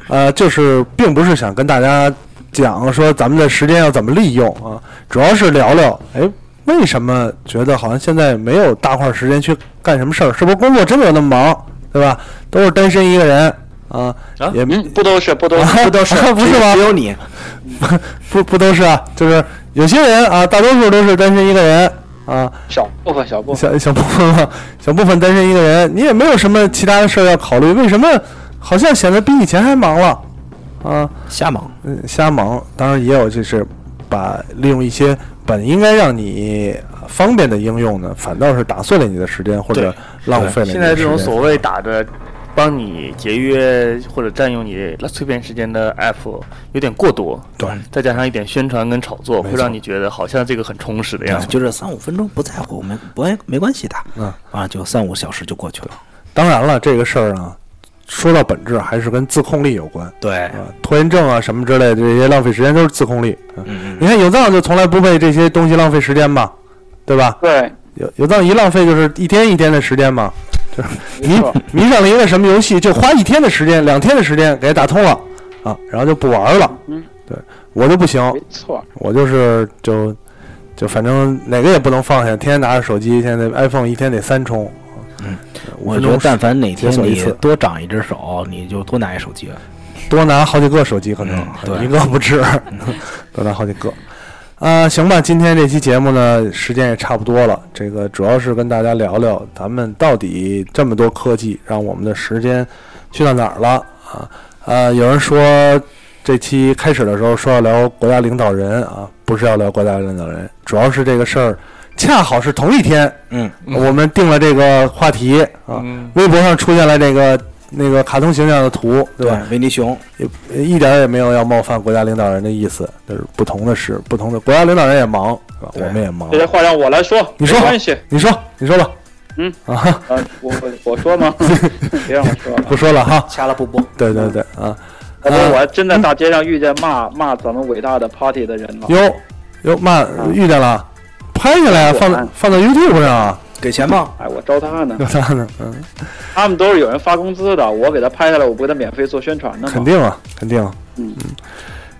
呃，就是并不是想跟大家讲说咱们的时间要怎么利用啊，主要是聊聊，哎，为什么觉得好像现在没有大块时间去干什么事儿？是不是工作真的有那么忙，对吧？都是单身一个人啊，
啊
也
嗯，不都是不都 是。
不
都是
不是吗
只？有你，
不不都是啊，就是有些人啊，大多数都是单身一个人啊，
小部分，小部分。
小小部分嘛小部分单身一个人，你也没有什么其他的事儿要考虑，为什么好像显得比以前还忙了啊？
瞎忙，
嗯，瞎忙，当然也有就是把利用一些本应该让你呃方便的应用呢，反倒是打碎了你的时间或者浪费了你的时间。
现在这种所谓打着帮你节约或者占用你碎片时间的 app 有点过多，
对，
再加上一点宣传跟炒作，
没
会
错
让你觉得好像这个很充实的样子。
就是三五分钟不在乎，没不没没关系的，
嗯，
啊，就三五小时就过去了，
当然了，这个事儿啊，说到本质还是跟自控力有关
对，
啊，拖延症啊什么之类的这些浪费时间都是自控力。嗯
嗯，
你看有藏就从来不被这些东西浪费时间嘛，对吧？
对，
有有藏一浪费就是一天一天的时间嘛，
没
迷
错，
迷上了一个什么游戏，就花一天的时间、两天的时间给它打通了啊，然后就不玩了。
嗯，
对我就不行
哦
没，错。
我就是就就反正哪个也不能放下，天天拿着手机，现在 iPhone 一天得三充。
嗯
五
我
分
觉
钟
得但凡哪天
解锁一
你
次
多长一只手，你就多拿一手机了。
多拿好几个手机，可能、
嗯对
一个不 吃，多拿好几个。啊、行吧，今天这期节目呢，时间也差不多了。这个主要是跟大家聊聊，咱们到底这么多科技，让我们的时间去到哪儿了啊？呃，有人说这期开始的时候说要聊国家领导人啊，不是要聊国家领导人，主要是这个事儿恰好是同一天，
嗯，
我们定了这个话题啊，
嗯，
微博上出现了这个那个卡通形象的图，对吧？，
维尼熊，
也一点儿也没有要冒犯国家领导人的意思，就是不同的事，不同的国家领导人也忙，是吧？
对
我们也忙
这。些话让我来说，
你说
没关系，
你说，你说吧。
嗯
啊，
呃，我我我说 吗？别让我说
啊
了。
不说了哈。
掐了不播。
对对对
嗯
啊，
要不
啊
我真在大街上遇见骂骂咱们伟大的 party 的人了。
哟哟，妈遇见了，拍下来啊
我
放
按
放到
嗯
YouTube 上啊，
给钱吗？
哎，我招他呢
有，他呢，嗯，
他们都是有人发工资的，我给他拍下来，我不给他免费做宣传的吗？
肯定啊，肯定啊。
嗯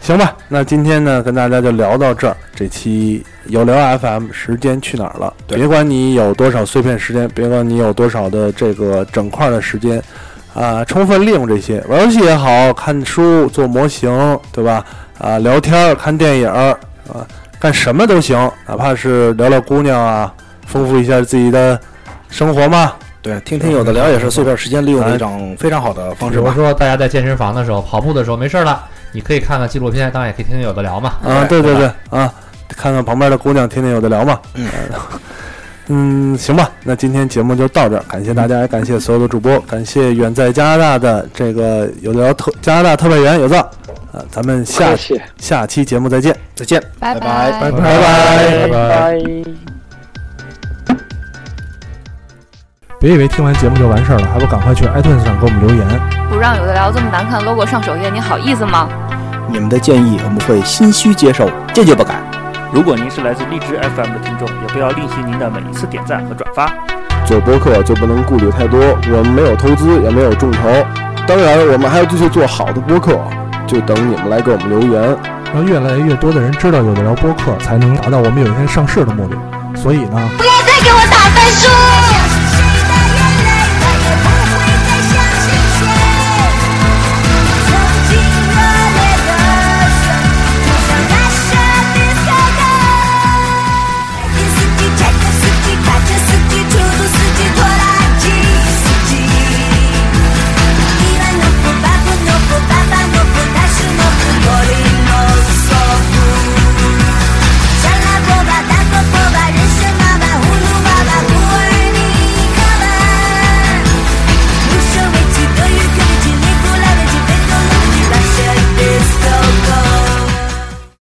行吧，那今天呢，跟大家就聊到这儿。这期有聊 FM，时间去哪儿了？别管你有多少碎片时间，别管你有多少的这个整块的时间，啊、充分利用这些，玩游戏也好看书、做模型，对吧？啊、聊天儿、看电影儿，啊、干什么都行，哪怕是聊聊姑娘啊，丰富一下自己的生活嘛。
对，听听有的聊也是碎片时间利用的一种非常好的方
比
式
如
吧。
说大家在健身房的时候、跑步的时候没事儿了，你可以看看纪录片，当然也可以听听有的聊嘛。
啊，对
对
对
对
对啊，看看旁边的姑娘，听听有的聊嘛。
嗯
呃嗯，行吧，那今天节目就到这儿，感谢大家，也感谢所有的主播，感谢远在加拿大的这个有的聊特加拿大特派员有藏，啊，咱们下
客气，
下期节目再见，
再见。
拜
拜拜
拜拜
拜
哎拜。
别以为听完节目就完事儿了，还不赶快去 iTunes 上给我们留言。
不让有的聊这么难看 logo 上首页，你好意思吗？
你们的建议我们会心虚接受，坚决不改。
如果您是来自荔枝 FM 的听众，也不要吝惜您的每一次点赞和转发。
做播客就不能顾虑太多，我们没有投资，也没有众筹，当然我们还要继续做好的播客，就等你们来给我们留言。
让越来越多的人知道有的聊播客，才能达到我们有一天上市的目的。所以呢，
再给我打分数。